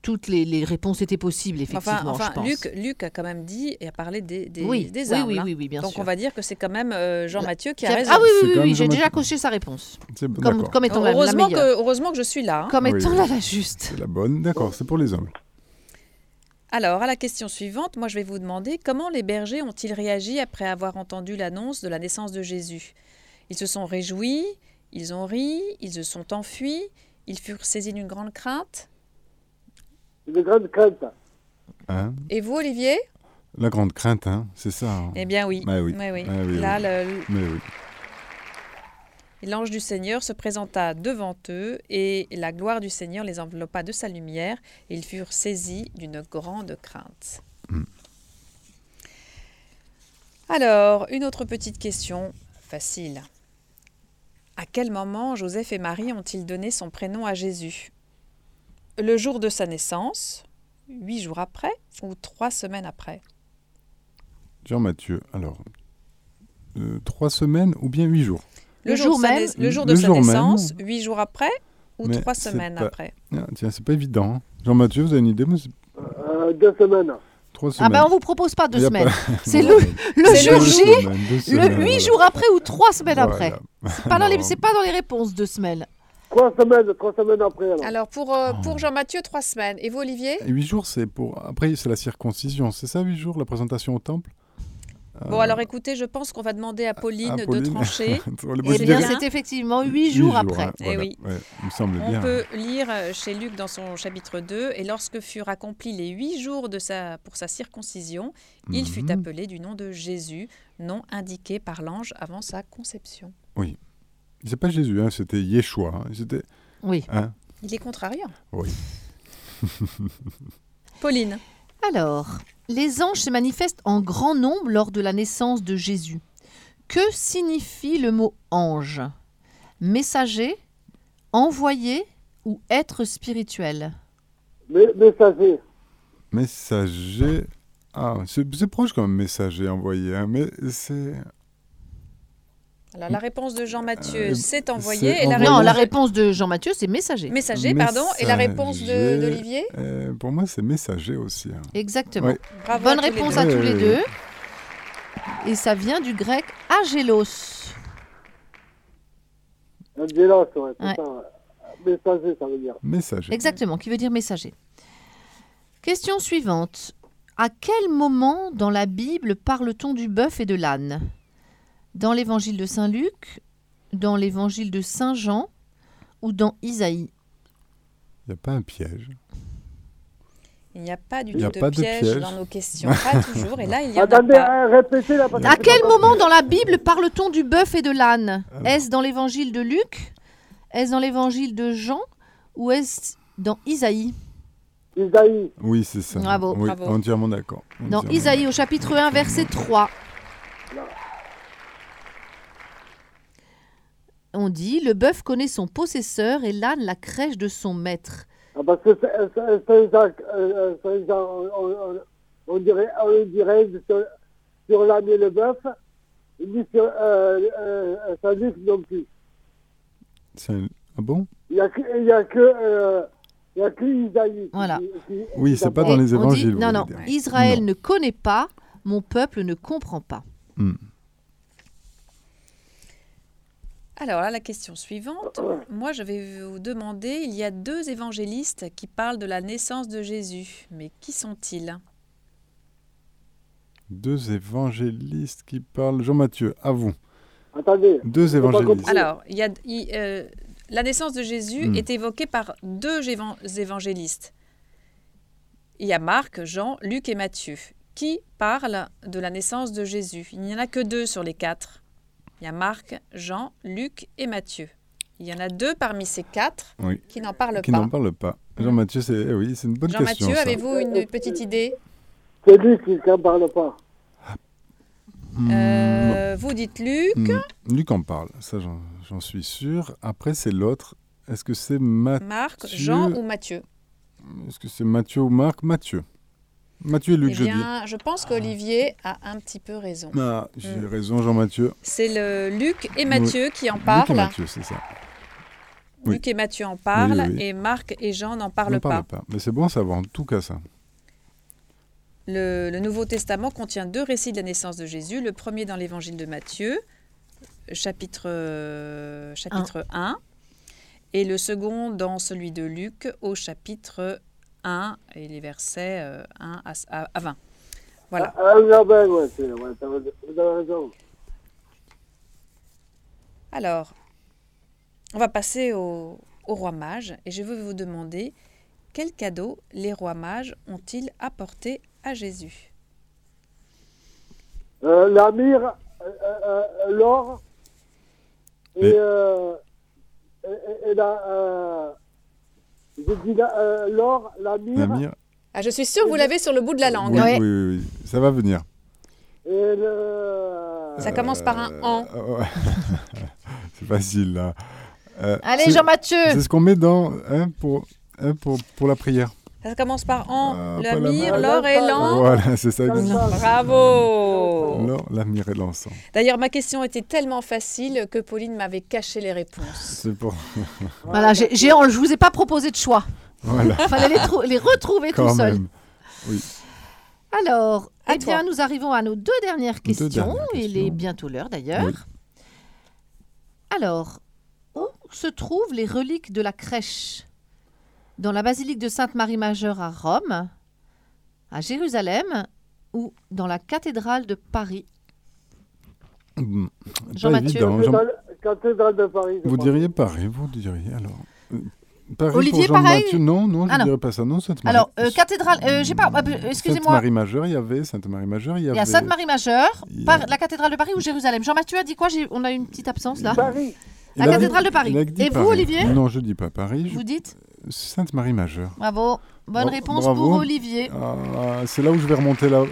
Speaker 3: Toutes les, les réponses étaient possibles, effectivement.
Speaker 2: Enfin, enfin
Speaker 3: je pense.
Speaker 2: Luc, Luc a quand même dit et a parlé des, des,
Speaker 3: oui,
Speaker 2: des
Speaker 3: oui,
Speaker 2: humbles,
Speaker 3: oui,
Speaker 2: hein.
Speaker 3: oui, oui, bien
Speaker 2: Donc
Speaker 3: sûr.
Speaker 2: on va dire que c'est quand même euh, Jean-Mathieu qui a
Speaker 3: Qui a-
Speaker 2: raison.
Speaker 3: Ah oui,
Speaker 1: C'est
Speaker 3: oui,
Speaker 1: quand
Speaker 3: oui,
Speaker 1: même
Speaker 3: oui, j'ai déjà
Speaker 1: Jean-Mathieu.
Speaker 3: coché sa réponse.
Speaker 1: C'est bon,
Speaker 3: Comme,
Speaker 1: d'accord.
Speaker 3: comme étant la, la
Speaker 2: heureusement,
Speaker 3: meilleure.
Speaker 2: que, heureusement que je suis là. hein.
Speaker 3: Comme
Speaker 1: Oui,
Speaker 3: étant
Speaker 1: oui.
Speaker 3: là la juste.
Speaker 1: C'est la bonne, d'accord. C'est pour les hommes.
Speaker 2: Alors, à la question suivante, moi je vais vous demander comment les bergers ont-ils réagi après avoir entendu l'annonce de la naissance de Jésus Ils se sont réjouis, ils ont ri, ils se sont enfuis, ils furent saisis d'une grande crainte.
Speaker 4: Une grande crainte.
Speaker 1: Hein
Speaker 2: Et vous, Olivier
Speaker 1: la grande crainte, hein, c'est ça. hein.
Speaker 2: Eh bien oui.
Speaker 1: Bah oui. Ah oui,
Speaker 2: Là, le-
Speaker 1: Mais oui.
Speaker 2: l'ange du Seigneur se présenta devant eux et la gloire du Seigneur les enveloppa de sa lumière et ils furent saisis d'une grande crainte.
Speaker 3: Mm.
Speaker 1: Hmm.
Speaker 2: Alors, une autre petite question facile. À quel moment Joseph et Marie ont-ils donné son prénom à Jésus Le jour de sa naissance, huit jours après ou trois semaines après
Speaker 1: Jean-Mathieu, alors, euh, trois semaines ou bien huit jours
Speaker 2: Le,
Speaker 3: Le
Speaker 2: jour, de
Speaker 3: jour
Speaker 2: sa
Speaker 3: même.
Speaker 2: naiss- le jour de
Speaker 1: Le
Speaker 2: sa
Speaker 1: jour même.
Speaker 2: naissance, huit jours après ou
Speaker 1: Mais
Speaker 2: trois
Speaker 1: c'est
Speaker 2: semaines
Speaker 1: pas-
Speaker 2: après
Speaker 1: Ah, Tiens, c'est pas évident. hein. Jean-Mathieu, vous avez une idée mais c'est
Speaker 4: Euh, deux semaines.
Speaker 1: Trois
Speaker 3: Ah
Speaker 1: semaines.
Speaker 3: ben on vous propose pas deux
Speaker 1: Il y a [LAUGHS]
Speaker 3: semaines.
Speaker 1: pas-
Speaker 3: C'est le,
Speaker 1: Voilà.
Speaker 3: le
Speaker 1: Deux
Speaker 3: jour J,
Speaker 1: semaines, deux semaines,
Speaker 3: le
Speaker 1: voilà.
Speaker 3: huit jours après ou trois semaines
Speaker 1: Voilà.
Speaker 3: après. C'est pas dans les,
Speaker 1: Non.
Speaker 3: c'est pas dans les réponses deux semaines.
Speaker 4: Trois semaines, trois semaines après. Alors.
Speaker 2: Alors pour, euh,
Speaker 1: Oh.
Speaker 2: pour Jean-Mathieu, trois semaines. Et vous, Olivier
Speaker 1: Et huit jours, c'est pour. Après, c'est la circoncision, c'est ça, huit jours, la présentation au temple Euh,
Speaker 2: Bon, alors écoutez, je pense qu'on va demander à Pauline,
Speaker 1: Pauline.
Speaker 2: de
Speaker 1: [LAUGHS]
Speaker 2: trancher.
Speaker 1: on les
Speaker 2: Eh
Speaker 1: pose
Speaker 3: Eh
Speaker 2: bien,
Speaker 3: bien,
Speaker 1: direct.
Speaker 3: c'est effectivement huit jours après.
Speaker 1: hein,
Speaker 2: Eh
Speaker 1: voilà.
Speaker 2: oui.
Speaker 1: Ouais, il me semble
Speaker 2: On
Speaker 1: bien. hein.
Speaker 2: peut lire euh, chez Luc dans son chapitre 2, et lorsque furent accomplis les huit jours de sa, pour sa circoncision, il fut
Speaker 1: Mhm.
Speaker 2: appelé du nom de Jésus, nom indiqué par l'ange avant sa conception.
Speaker 1: C'est pas Jésus, hein, c'était Yeshua. hein, C'était.
Speaker 3: Oui.
Speaker 1: hein,
Speaker 2: Il est contrariant.
Speaker 1: Oui.
Speaker 2: [LAUGHS] Pauline,
Speaker 3: Alors, les anges se manifestent en grand nombre lors de la naissance de Jésus. Que signifie le mot ange Messager, envoyé ou être spirituel
Speaker 4: Mais- Messager.
Speaker 1: Messager. Ah, c'est c'est proche quand même, messager envoyé, hein, mais c'est.
Speaker 2: Alors, la réponse de Jean Mathieu,
Speaker 1: Euh,
Speaker 2: c'est envoyé.
Speaker 1: c'est
Speaker 2: Et la
Speaker 1: envoyé.
Speaker 2: réponse-
Speaker 3: Non, la réponse de Jean-Mathieu, c'est messager.
Speaker 2: Messager, pardon. Et la réponse de-
Speaker 1: Messager.
Speaker 2: d'Olivier
Speaker 1: Euh, pour moi, c'est messager aussi. hein.
Speaker 3: Exactement.
Speaker 1: Ouais.
Speaker 2: Bravo.
Speaker 3: Bonne
Speaker 2: à tous les
Speaker 3: réponse
Speaker 2: deux.
Speaker 3: à tous
Speaker 1: Oui,
Speaker 3: les
Speaker 1: oui,
Speaker 3: deux. Et ça vient du grec agelos.
Speaker 4: Angela, c'est vrai, c'est
Speaker 3: Ouais.
Speaker 4: ça. ouais. Messager, ça veut dire.
Speaker 1: Messager.
Speaker 3: Exactement, qui veut dire messager. Question suivante. À quel moment dans la Bible parle-t-on du bœuf et de l'âne Dans l'évangile de Saint Luc, dans l'évangile de Saint Jean ou dans Isaïe
Speaker 1: Il n'y a pas un piège.
Speaker 2: Il n'y a pas du
Speaker 1: Il y
Speaker 2: tout
Speaker 1: a
Speaker 2: de
Speaker 1: pas
Speaker 2: piège,
Speaker 1: de piège.
Speaker 2: dans nos questions.
Speaker 1: [LAUGHS]
Speaker 2: Pas toujours. Et là, il y en a
Speaker 4: Attendez,
Speaker 2: pas.
Speaker 4: hein, répétez la parce que
Speaker 3: À
Speaker 4: j'ai
Speaker 3: quel
Speaker 4: pas
Speaker 3: moment dans la Bible parle-t-on du bœuf et de l'âne
Speaker 1: Alors.
Speaker 3: Est-ce dans l'évangile de Luc Est-ce dans l'évangile de Jean Ou est-ce dans Isaïe
Speaker 4: compris. Isaïe,
Speaker 1: Oui, c'est ça.
Speaker 3: Bravo,
Speaker 1: Oui,
Speaker 2: bravo.
Speaker 1: Entièrement d'accord.
Speaker 3: Dans
Speaker 1: Entièrement
Speaker 3: Isaïe au chapitre 1, verset 3. On dit Le bœuf connaît son possesseur et l'âne la crèche de son maître.
Speaker 4: ah, parce que c'est- c'est- c'est Saint-Jacques, euh, euh, Saint-Jacques, on, on- on dirait, on dirait sur, sur l'âne et le bœuf, ni sur euh, euh, Saint-Luc non plus.
Speaker 1: d'accord. C'est un- Ah bon
Speaker 4: Il n'y a, que- il y a que, euh, il y a que Isaïe.
Speaker 3: Voilà.
Speaker 1: Oui, c'est pas dans
Speaker 3: Et
Speaker 1: les
Speaker 3: on dit,
Speaker 1: évangiles. vous
Speaker 3: non, non,
Speaker 1: voulez dire.
Speaker 3: Israël
Speaker 1: Non.
Speaker 3: ne connaît pas, mon peuple ne comprend pas.
Speaker 2: Alors là, la question suivante. Moi, je vais vous demander, il y a deux évangélistes qui parlent de la naissance de Jésus. Mais qui sont-ils
Speaker 1: Deux évangélistes qui parlent. Jean-Mathieu, à vous.
Speaker 4: Attendez.
Speaker 1: Deux
Speaker 4: pas
Speaker 1: évangélistes.
Speaker 4: compris.
Speaker 2: Alors, il y a, il, euh, la naissance de Jésus
Speaker 1: Hmm.
Speaker 2: est évoquée par deux évan- évangélistes. Il y a Marc, Jean, Luc et Matthieu. Qui parle de la naissance de Jésus Il n'y en a que deux sur les quatre. Il y a Marc, Jean, Luc et Matthieu. Il y en a deux parmi ces quatre
Speaker 1: Oui.
Speaker 2: qui n'en parlent
Speaker 1: Qui
Speaker 2: pas.
Speaker 1: n'en parle pas.
Speaker 2: Mm.
Speaker 1: Jean-Mathieu, c'est eh oui, c'est une bonne
Speaker 2: Jean
Speaker 1: question.
Speaker 2: Matthieu,
Speaker 1: ça.
Speaker 2: avez-vous une petite idée
Speaker 4: C'est lui qui n'en parle pas.
Speaker 1: Hmm, non.
Speaker 2: Euh, Vous dites Luc.
Speaker 1: Hmm, Luc en parle, ça j'en j'en suis sûr. Après, c'est l'autre. Est-ce que c'est Ma-
Speaker 2: Marc,
Speaker 1: Mathieu.
Speaker 2: Jean ou Mathieu
Speaker 1: est-ce que c'est Mathieu ou Marc Mathieu. Mathieu et Luc,
Speaker 2: Eh
Speaker 1: je dis.
Speaker 2: bien, je pense qu'Olivier a un petit peu raison.
Speaker 1: Ah, j'ai
Speaker 2: Hmm.
Speaker 1: raison, Jean-Mathieu.
Speaker 2: C'est le Luc et
Speaker 1: Oui.
Speaker 2: Mathieu qui en
Speaker 1: Luc et
Speaker 2: parlent.
Speaker 1: Mathieu, c'est ça. oui.
Speaker 2: Luc et Mathieu en parlent
Speaker 1: Oui, oui.
Speaker 2: et Marc et Jean n'en
Speaker 1: On
Speaker 2: parlent
Speaker 1: n'en
Speaker 2: pas.
Speaker 1: parle pas. Mais c'est bon à savoir, en tout cas, ça.
Speaker 2: Le, le Nouveau Testament contient deux récits de la naissance de Jésus. Le premier dans l'évangile de Matthieu, chapitre, euh, chapitre 1. Et le second dans celui de Luc au chapitre 1 et les versets euh, 1 à, à- à 20. Voilà.
Speaker 4: Ah, ah, ben, ouais, c'est- ouais, t'as- vous avez raison.
Speaker 2: Alors, on va passer au, au roi mage et je veux vous demander quel cadeau les rois mages ont-ils apporté à Jésus
Speaker 4: Euh, la mire, euh, euh, euh, l'or et,
Speaker 1: Et-
Speaker 4: euh, et, et- et la. Euh, j'ai dit la- euh, l'or, la mire,
Speaker 1: Namir
Speaker 2: Ah, je suis sûre que vous l'avez sur le bout de la langue.
Speaker 1: oui,
Speaker 3: Ouais.
Speaker 1: oui, oui, oui. ça va venir.
Speaker 4: et le.
Speaker 2: Ça commence par un en.
Speaker 1: Euh, ouais. [LAUGHS] c'est facile, là. Euh,
Speaker 3: Allez,
Speaker 1: c'est-
Speaker 3: Jean-Mathieu
Speaker 1: C'est ce qu'on met dans hein, pour, hein, pour, pour la prière.
Speaker 2: Ça commence par en,
Speaker 1: Ah,
Speaker 2: la
Speaker 1: pas la
Speaker 2: mire,
Speaker 1: main.
Speaker 2: l'or et l'an.
Speaker 1: Voilà, c'est ça. exactement.
Speaker 2: Bravo
Speaker 1: L'or, l'amir et l'encens.
Speaker 2: D'ailleurs, ma question était tellement facile que Pauline m'avait caché les réponses.
Speaker 1: C'est pour.
Speaker 3: Voilà, j'ai, j'ai- je vous ai pas proposé
Speaker 1: [LAUGHS]
Speaker 3: de choix.
Speaker 1: Voilà,
Speaker 3: Fallait les, trou- les retrouver tout
Speaker 1: quand
Speaker 3: seul.
Speaker 1: même.
Speaker 3: Alors,
Speaker 2: À
Speaker 3: eh bien, nous arrivons à nos deux dernières
Speaker 1: Deux
Speaker 3: questions.
Speaker 1: dernières
Speaker 3: Il
Speaker 1: questions.
Speaker 3: est bientôt l'heure d'ailleurs.
Speaker 1: Oui.
Speaker 3: Alors, où se trouvent les reliques de la crèche Dans la basilique de Sainte-Marie-Majeure à Rome, à Jérusalem ou dans la cathédrale de Paris
Speaker 1: Hmm, pas
Speaker 3: Jean-Mathieu.
Speaker 1: évident. Jean-
Speaker 4: Cathédrale- Cathédrale de Paris. je
Speaker 1: Vous
Speaker 4: pense.
Speaker 1: diriez Paris, vous diriez alors. euh, Paris
Speaker 3: Olivier,
Speaker 1: pour Jean
Speaker 3: pareil
Speaker 1: Mathieu, Non, non, je
Speaker 3: Ah,
Speaker 1: ne
Speaker 3: non.
Speaker 1: dirais pas ça. Non, Sainte Marie.
Speaker 3: Alors, euh, cathédrale, euh, j'ai pas, euh, excusez-moi.
Speaker 1: Sainte-Marie majeure, il y avait. Sainte-Marie majeure, il y
Speaker 3: Il
Speaker 1: avait.
Speaker 3: y a Sainte-Marie-Majeure,
Speaker 1: Il y a-
Speaker 3: par la cathédrale de Paris ou Jérusalem. Jean-Mathieu a dit quoi J'ai- On a eu une petite absence
Speaker 1: Bah,
Speaker 3: là.
Speaker 4: Paris.
Speaker 1: Il
Speaker 3: la
Speaker 1: a dit-
Speaker 3: cathédrale de Paris.
Speaker 1: il a dit
Speaker 3: Et vous,
Speaker 1: Paris.
Speaker 3: Olivier
Speaker 1: Non, je dis pas Paris. je-
Speaker 3: Vous dites
Speaker 1: Sainte-Marie majeure.
Speaker 3: Bravo. Bonne
Speaker 1: Bra-
Speaker 3: réponse
Speaker 1: bravo.
Speaker 3: pour Olivier.
Speaker 1: Ah, c'est là où je vais remonter la,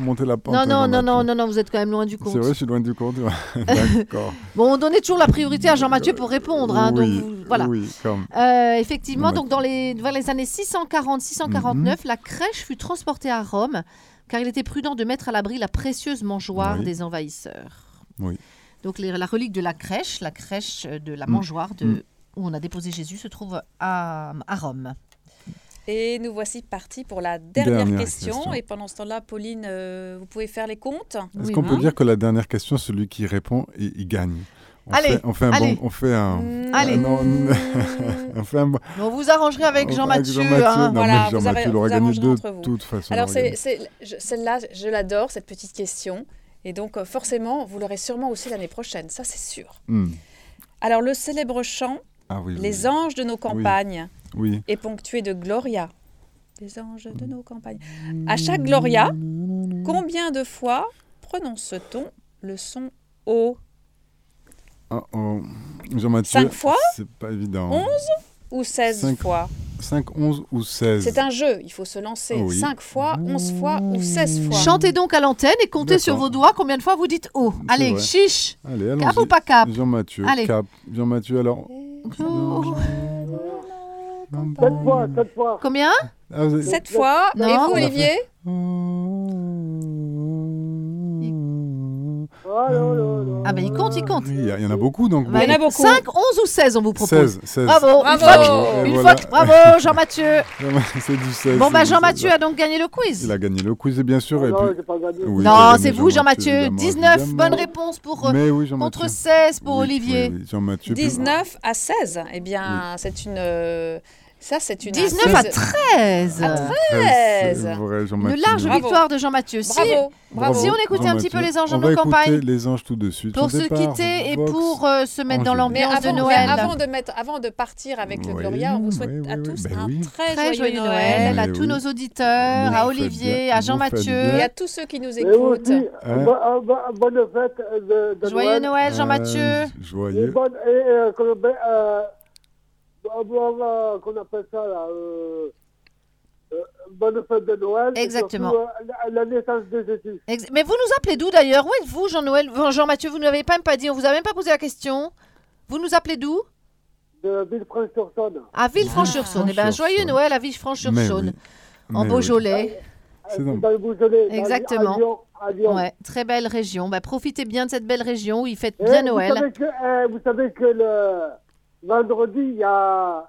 Speaker 1: monter la pente.
Speaker 3: Non, non,
Speaker 1: hein,
Speaker 3: non, non,
Speaker 1: Jean-Mathieu.
Speaker 3: non, non, vous êtes quand même loin du
Speaker 1: C'est
Speaker 3: compte.
Speaker 1: vrai, je suis loin du
Speaker 3: [LAUGHS]
Speaker 1: compte. D'accord.
Speaker 3: Bon, on donnait toujours la priorité à Jean-Mathieu pour répondre. hein, donc
Speaker 1: oui,
Speaker 3: vous- voilà.
Speaker 1: Oui, comme.
Speaker 3: Euh, effectivement,
Speaker 1: Ouais. Mhm.
Speaker 3: donc dans les, vers les années 640-649, la crèche fut transportée à Rome car il était prudent de mettre à l'abri la précieuse mangeoire
Speaker 1: Oui.
Speaker 3: des envahisseurs.
Speaker 1: Oui.
Speaker 3: Donc les- la relique de la crèche, la crèche de la mangeoire de,
Speaker 1: Mm.
Speaker 3: où on a déposé Jésus, se trouve à, à Rome.
Speaker 2: Et nous voici partis pour la dernière,
Speaker 1: Dernière
Speaker 2: question.
Speaker 1: question.
Speaker 2: Et pendant ce temps-là, Pauline, euh, vous pouvez faire les comptes
Speaker 1: Est-ce
Speaker 3: Oui,
Speaker 1: qu'on peut
Speaker 2: hein.
Speaker 1: dire que la dernière question, celui qui répond, il, il gagne on
Speaker 3: Allez,
Speaker 1: fait, on fait un
Speaker 3: allez.
Speaker 1: bon, on fait un,
Speaker 2: Mm,
Speaker 3: Allez.
Speaker 1: non, Ah,
Speaker 2: mm, [LAUGHS]
Speaker 1: on fait un bon-
Speaker 3: Mais On vous arrangerait avec
Speaker 1: Oh, avec
Speaker 3: Jean-Mathieu.
Speaker 1: Jean-Mathieu.
Speaker 3: hein.
Speaker 1: Non,
Speaker 2: Voilà,
Speaker 1: mais
Speaker 2: vous
Speaker 1: Jean-Mathieu,
Speaker 2: arrangez-
Speaker 1: il aurait
Speaker 2: vous
Speaker 1: gagné
Speaker 2: arrangez
Speaker 1: de
Speaker 2: entre vous.
Speaker 1: toute façon.
Speaker 2: Alors
Speaker 1: il aurait
Speaker 2: c'est,
Speaker 1: gagné.
Speaker 2: c'est- je- celle-là, je l'adore, cette petite question. Et donc euh, forcément, vous l'aurez sûrement aussi l'année prochaine, ça c'est sûr.
Speaker 1: Hmm.
Speaker 2: Alors le célèbre chant,
Speaker 1: Ah oui. oui, oui.
Speaker 2: Les anges de nos campagnes,
Speaker 1: Oui.
Speaker 2: est ponctué de Gloria. Les anges de nos campagnes. À chaque
Speaker 3: Ah.
Speaker 2: Gloria, combien de fois prononce-t-on le son O
Speaker 1: Ah, oh. Jean-Mathieu.
Speaker 2: 5 fois
Speaker 1: C'est pas évident.
Speaker 2: 11 ou 16
Speaker 1: Cinq.
Speaker 2: fois
Speaker 1: 5, 11 ou 16.
Speaker 2: C'est un jeu, il faut se lancer
Speaker 1: Ah oui.
Speaker 2: 5 fois, 11 fois ou 16 fois.
Speaker 3: Chantez donc à l'antenne et comptez
Speaker 1: D'accord.
Speaker 3: sur vos doigts combien de fois vous dites oh.
Speaker 1: C'est
Speaker 3: Allez,
Speaker 1: vrai.
Speaker 3: chiche.
Speaker 1: Allez, allons-y.
Speaker 3: Cap ou pas cap
Speaker 1: Jean-Mathieu,
Speaker 3: Allez.
Speaker 1: cap. Jean-Mathieu, alors.
Speaker 3: Oh.
Speaker 4: Sept fois, sept fois.
Speaker 3: Combien
Speaker 1: Ah, vous-
Speaker 2: 7 fois, et
Speaker 3: Non.
Speaker 2: vous Olivier
Speaker 4: Oh là là là.
Speaker 3: Ah ben il compte, il compte.
Speaker 1: Oui, Il y, a- il y en a beaucoup, donc.
Speaker 2: Bah, il y en a beaucoup.
Speaker 3: 5, 11 ou 16 on vous propose.
Speaker 1: 16, 16.
Speaker 3: Bravo,
Speaker 2: Bravo.
Speaker 3: une fois que-
Speaker 1: Et
Speaker 3: une
Speaker 1: voilà.
Speaker 3: fois que- bravo
Speaker 1: [LAUGHS]
Speaker 3: Jean-Mathieu.
Speaker 1: C'est du 16.
Speaker 3: Bon
Speaker 1: c'est
Speaker 3: bah
Speaker 1: du 16.
Speaker 3: Jean-Mathieu a donc gagné le quiz.
Speaker 1: Il a gagné le quiz, et bien sûr.
Speaker 4: Ah
Speaker 1: et
Speaker 4: non,
Speaker 1: puis-
Speaker 4: j'ai pas gagné.
Speaker 1: Oui, il a
Speaker 3: non,
Speaker 1: gagné
Speaker 3: c'est vous Jean-Mathieu.
Speaker 1: évidemment,
Speaker 3: 19
Speaker 1: évidemment.
Speaker 3: bonnes réponses pour euh,
Speaker 1: Mais oui, Jean-Mathieu.
Speaker 3: contre 16 pour
Speaker 1: Oui,
Speaker 3: Olivier.
Speaker 1: oui, oui, Jean-Mathieu. puis-
Speaker 2: 19 à 16, eh bien c'est une... euh, Ça c'est une...
Speaker 3: 19 à 13.
Speaker 2: À
Speaker 1: Ouais, c'est
Speaker 2: 13.
Speaker 1: vrai,
Speaker 3: Une
Speaker 1: Jean-Mathieu.
Speaker 3: large
Speaker 2: Bravo.
Speaker 3: victoire de Jean-Mathieu. Si,
Speaker 2: Bravo, bravo.
Speaker 3: si on écoutait un petit peu les anges de
Speaker 1: On va
Speaker 3: nos
Speaker 1: écouter
Speaker 3: campagnes
Speaker 1: les anges tout de suite.
Speaker 3: pour
Speaker 1: Son
Speaker 3: se
Speaker 1: départ,
Speaker 3: quitter et
Speaker 1: Vox.
Speaker 3: pour euh, se mettre dans
Speaker 1: Angèle.
Speaker 2: Mais
Speaker 3: l'ambiance
Speaker 2: avant,
Speaker 3: de
Speaker 2: mais
Speaker 3: Noël.
Speaker 2: avant de mettre, avant de partir avec le
Speaker 1: Oui,
Speaker 2: Gloria, on vous souhaite
Speaker 1: oui,
Speaker 2: à
Speaker 1: oui, oui.
Speaker 2: tous
Speaker 1: Ben
Speaker 2: un
Speaker 1: oui.
Speaker 2: très,
Speaker 3: Très joyeux Noël à
Speaker 1: Mais Eh
Speaker 3: tous
Speaker 1: oui.
Speaker 3: nos auditeurs,
Speaker 1: Oui,
Speaker 3: à
Speaker 1: vous
Speaker 3: Olivier,
Speaker 1: faites bien,
Speaker 3: à
Speaker 1: vous faites
Speaker 3: Jean-Mathieu.
Speaker 1: bien.
Speaker 2: Et à tous ceux qui nous
Speaker 4: Et aussi,
Speaker 2: écoutent.
Speaker 1: Hein
Speaker 4: bo- euh, bo- bonne fête de, de
Speaker 3: Joyeux Noël,
Speaker 1: Euh,
Speaker 3: Jean-Mathieu.
Speaker 4: Et
Speaker 1: Joyeux.
Speaker 4: bonne, et euh, comment ben, euh, avoir, euh, qu'on appelle ça là, euh, euh, bonne fête de Noël. et
Speaker 3: Exactement.
Speaker 4: surtout, euh, la- la naissance de Jésus.
Speaker 3: Ex- Mais vous nous appelez d'où d'ailleurs Où êtes-vous, Jean-Noël Enfin, Jean-Mathieu, vous ne l'avez même pas dit, on vous a même pas posé la question. Vous nous appelez d'où
Speaker 4: de Villefranche-sur-Saône.
Speaker 3: À Villefranche-sur-Saône. Eh bien, joyeux
Speaker 1: Villefranche-sur-Saône.
Speaker 3: Noël à Villefranche-sur-Saône,
Speaker 1: Mais oui.
Speaker 3: en
Speaker 1: Mais
Speaker 3: Beaujolais.
Speaker 1: C'est
Speaker 4: C'est
Speaker 1: dans-
Speaker 4: Hein? Euh, dans le Beaujolais. dans-
Speaker 3: Exactement.
Speaker 4: À Lyon. à Lyon.
Speaker 3: Ouais, très belle région. Bah, profitez bien de cette belle région où il fête
Speaker 4: Et
Speaker 3: bien
Speaker 4: vous
Speaker 3: Noël.
Speaker 4: savez que, euh, vous savez que le vendredi, il y a,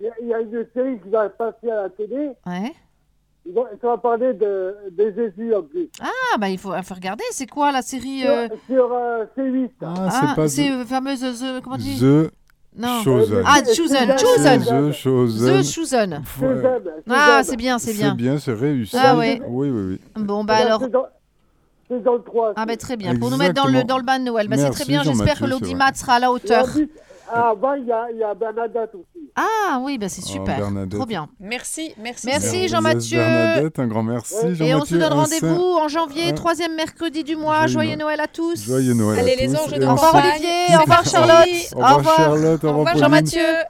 Speaker 4: il y a- il y a une série qui va passer à la télé.
Speaker 3: Ouais.
Speaker 4: Ils vont, ça va parler de, de Jésus en plus.
Speaker 3: Ah, bah, il faut, il faut regarder. C'est quoi la série
Speaker 4: Sur,
Speaker 3: euh,
Speaker 4: sur, euh, C8.
Speaker 1: oui.
Speaker 3: ah,
Speaker 1: Ah, c'est pas
Speaker 3: C'est
Speaker 1: The,
Speaker 3: euh, fameuse. The, comment tu dis
Speaker 1: the
Speaker 3: Non.
Speaker 4: Euh,
Speaker 1: Chosen.
Speaker 3: Ah, Chosen, Chosen.
Speaker 1: The Chosen.
Speaker 3: The Chosen.
Speaker 1: Ouais.
Speaker 4: Chosen,
Speaker 3: Ah,
Speaker 4: Chosen.
Speaker 3: c'est bien, c'est
Speaker 1: C'est
Speaker 3: bien.
Speaker 1: bien, c'est réussi.
Speaker 3: Ah ouais.
Speaker 1: Oui, oui, oui.
Speaker 3: Bon, bah
Speaker 4: C'est
Speaker 3: alors.
Speaker 4: dans- C'est dans le 3.
Speaker 3: Ah, bah, très bien. Pour nous mettre dans le,
Speaker 1: Exactement.
Speaker 3: dans le bain de Noël. Bah, c'est très
Speaker 1: Merci,
Speaker 3: bien. J'espère
Speaker 1: Jean-Mathieu, c'est
Speaker 3: que l'audimat sera à la hauteur.
Speaker 4: Avant, il y a, il y a Bernadette aussi.
Speaker 3: Ah, oui, bah, c'est
Speaker 1: Oh,
Speaker 3: super.
Speaker 1: Bernadette.
Speaker 3: Trop bien.
Speaker 2: Merci, merci.
Speaker 3: Merci,
Speaker 1: Merveilleuse
Speaker 3: Jean-Mathieu.
Speaker 1: Bernadette, un grand merci.
Speaker 4: Et on
Speaker 1: Jean-Mathieu,
Speaker 3: Et on se donne
Speaker 1: un
Speaker 3: rendez-vous en
Speaker 1: un-
Speaker 3: janvier, troisième mercredi du mois.
Speaker 1: Joyeux
Speaker 3: Joyeux
Speaker 1: Noël.
Speaker 3: Noël à tous.
Speaker 1: Joyeux Noël. à
Speaker 2: Allez, les
Speaker 1: tous.
Speaker 2: anges
Speaker 1: Et
Speaker 2: de
Speaker 1: on
Speaker 3: Au revoir
Speaker 1: se-
Speaker 2: Bye.
Speaker 3: Olivier, au revoir
Speaker 1: Merci.
Speaker 3: Charlotte,
Speaker 1: Au revoir Charlotte, au
Speaker 2: Au
Speaker 1: revoir
Speaker 2: revoir
Speaker 1: Pauline.
Speaker 2: Jean-Mathieu.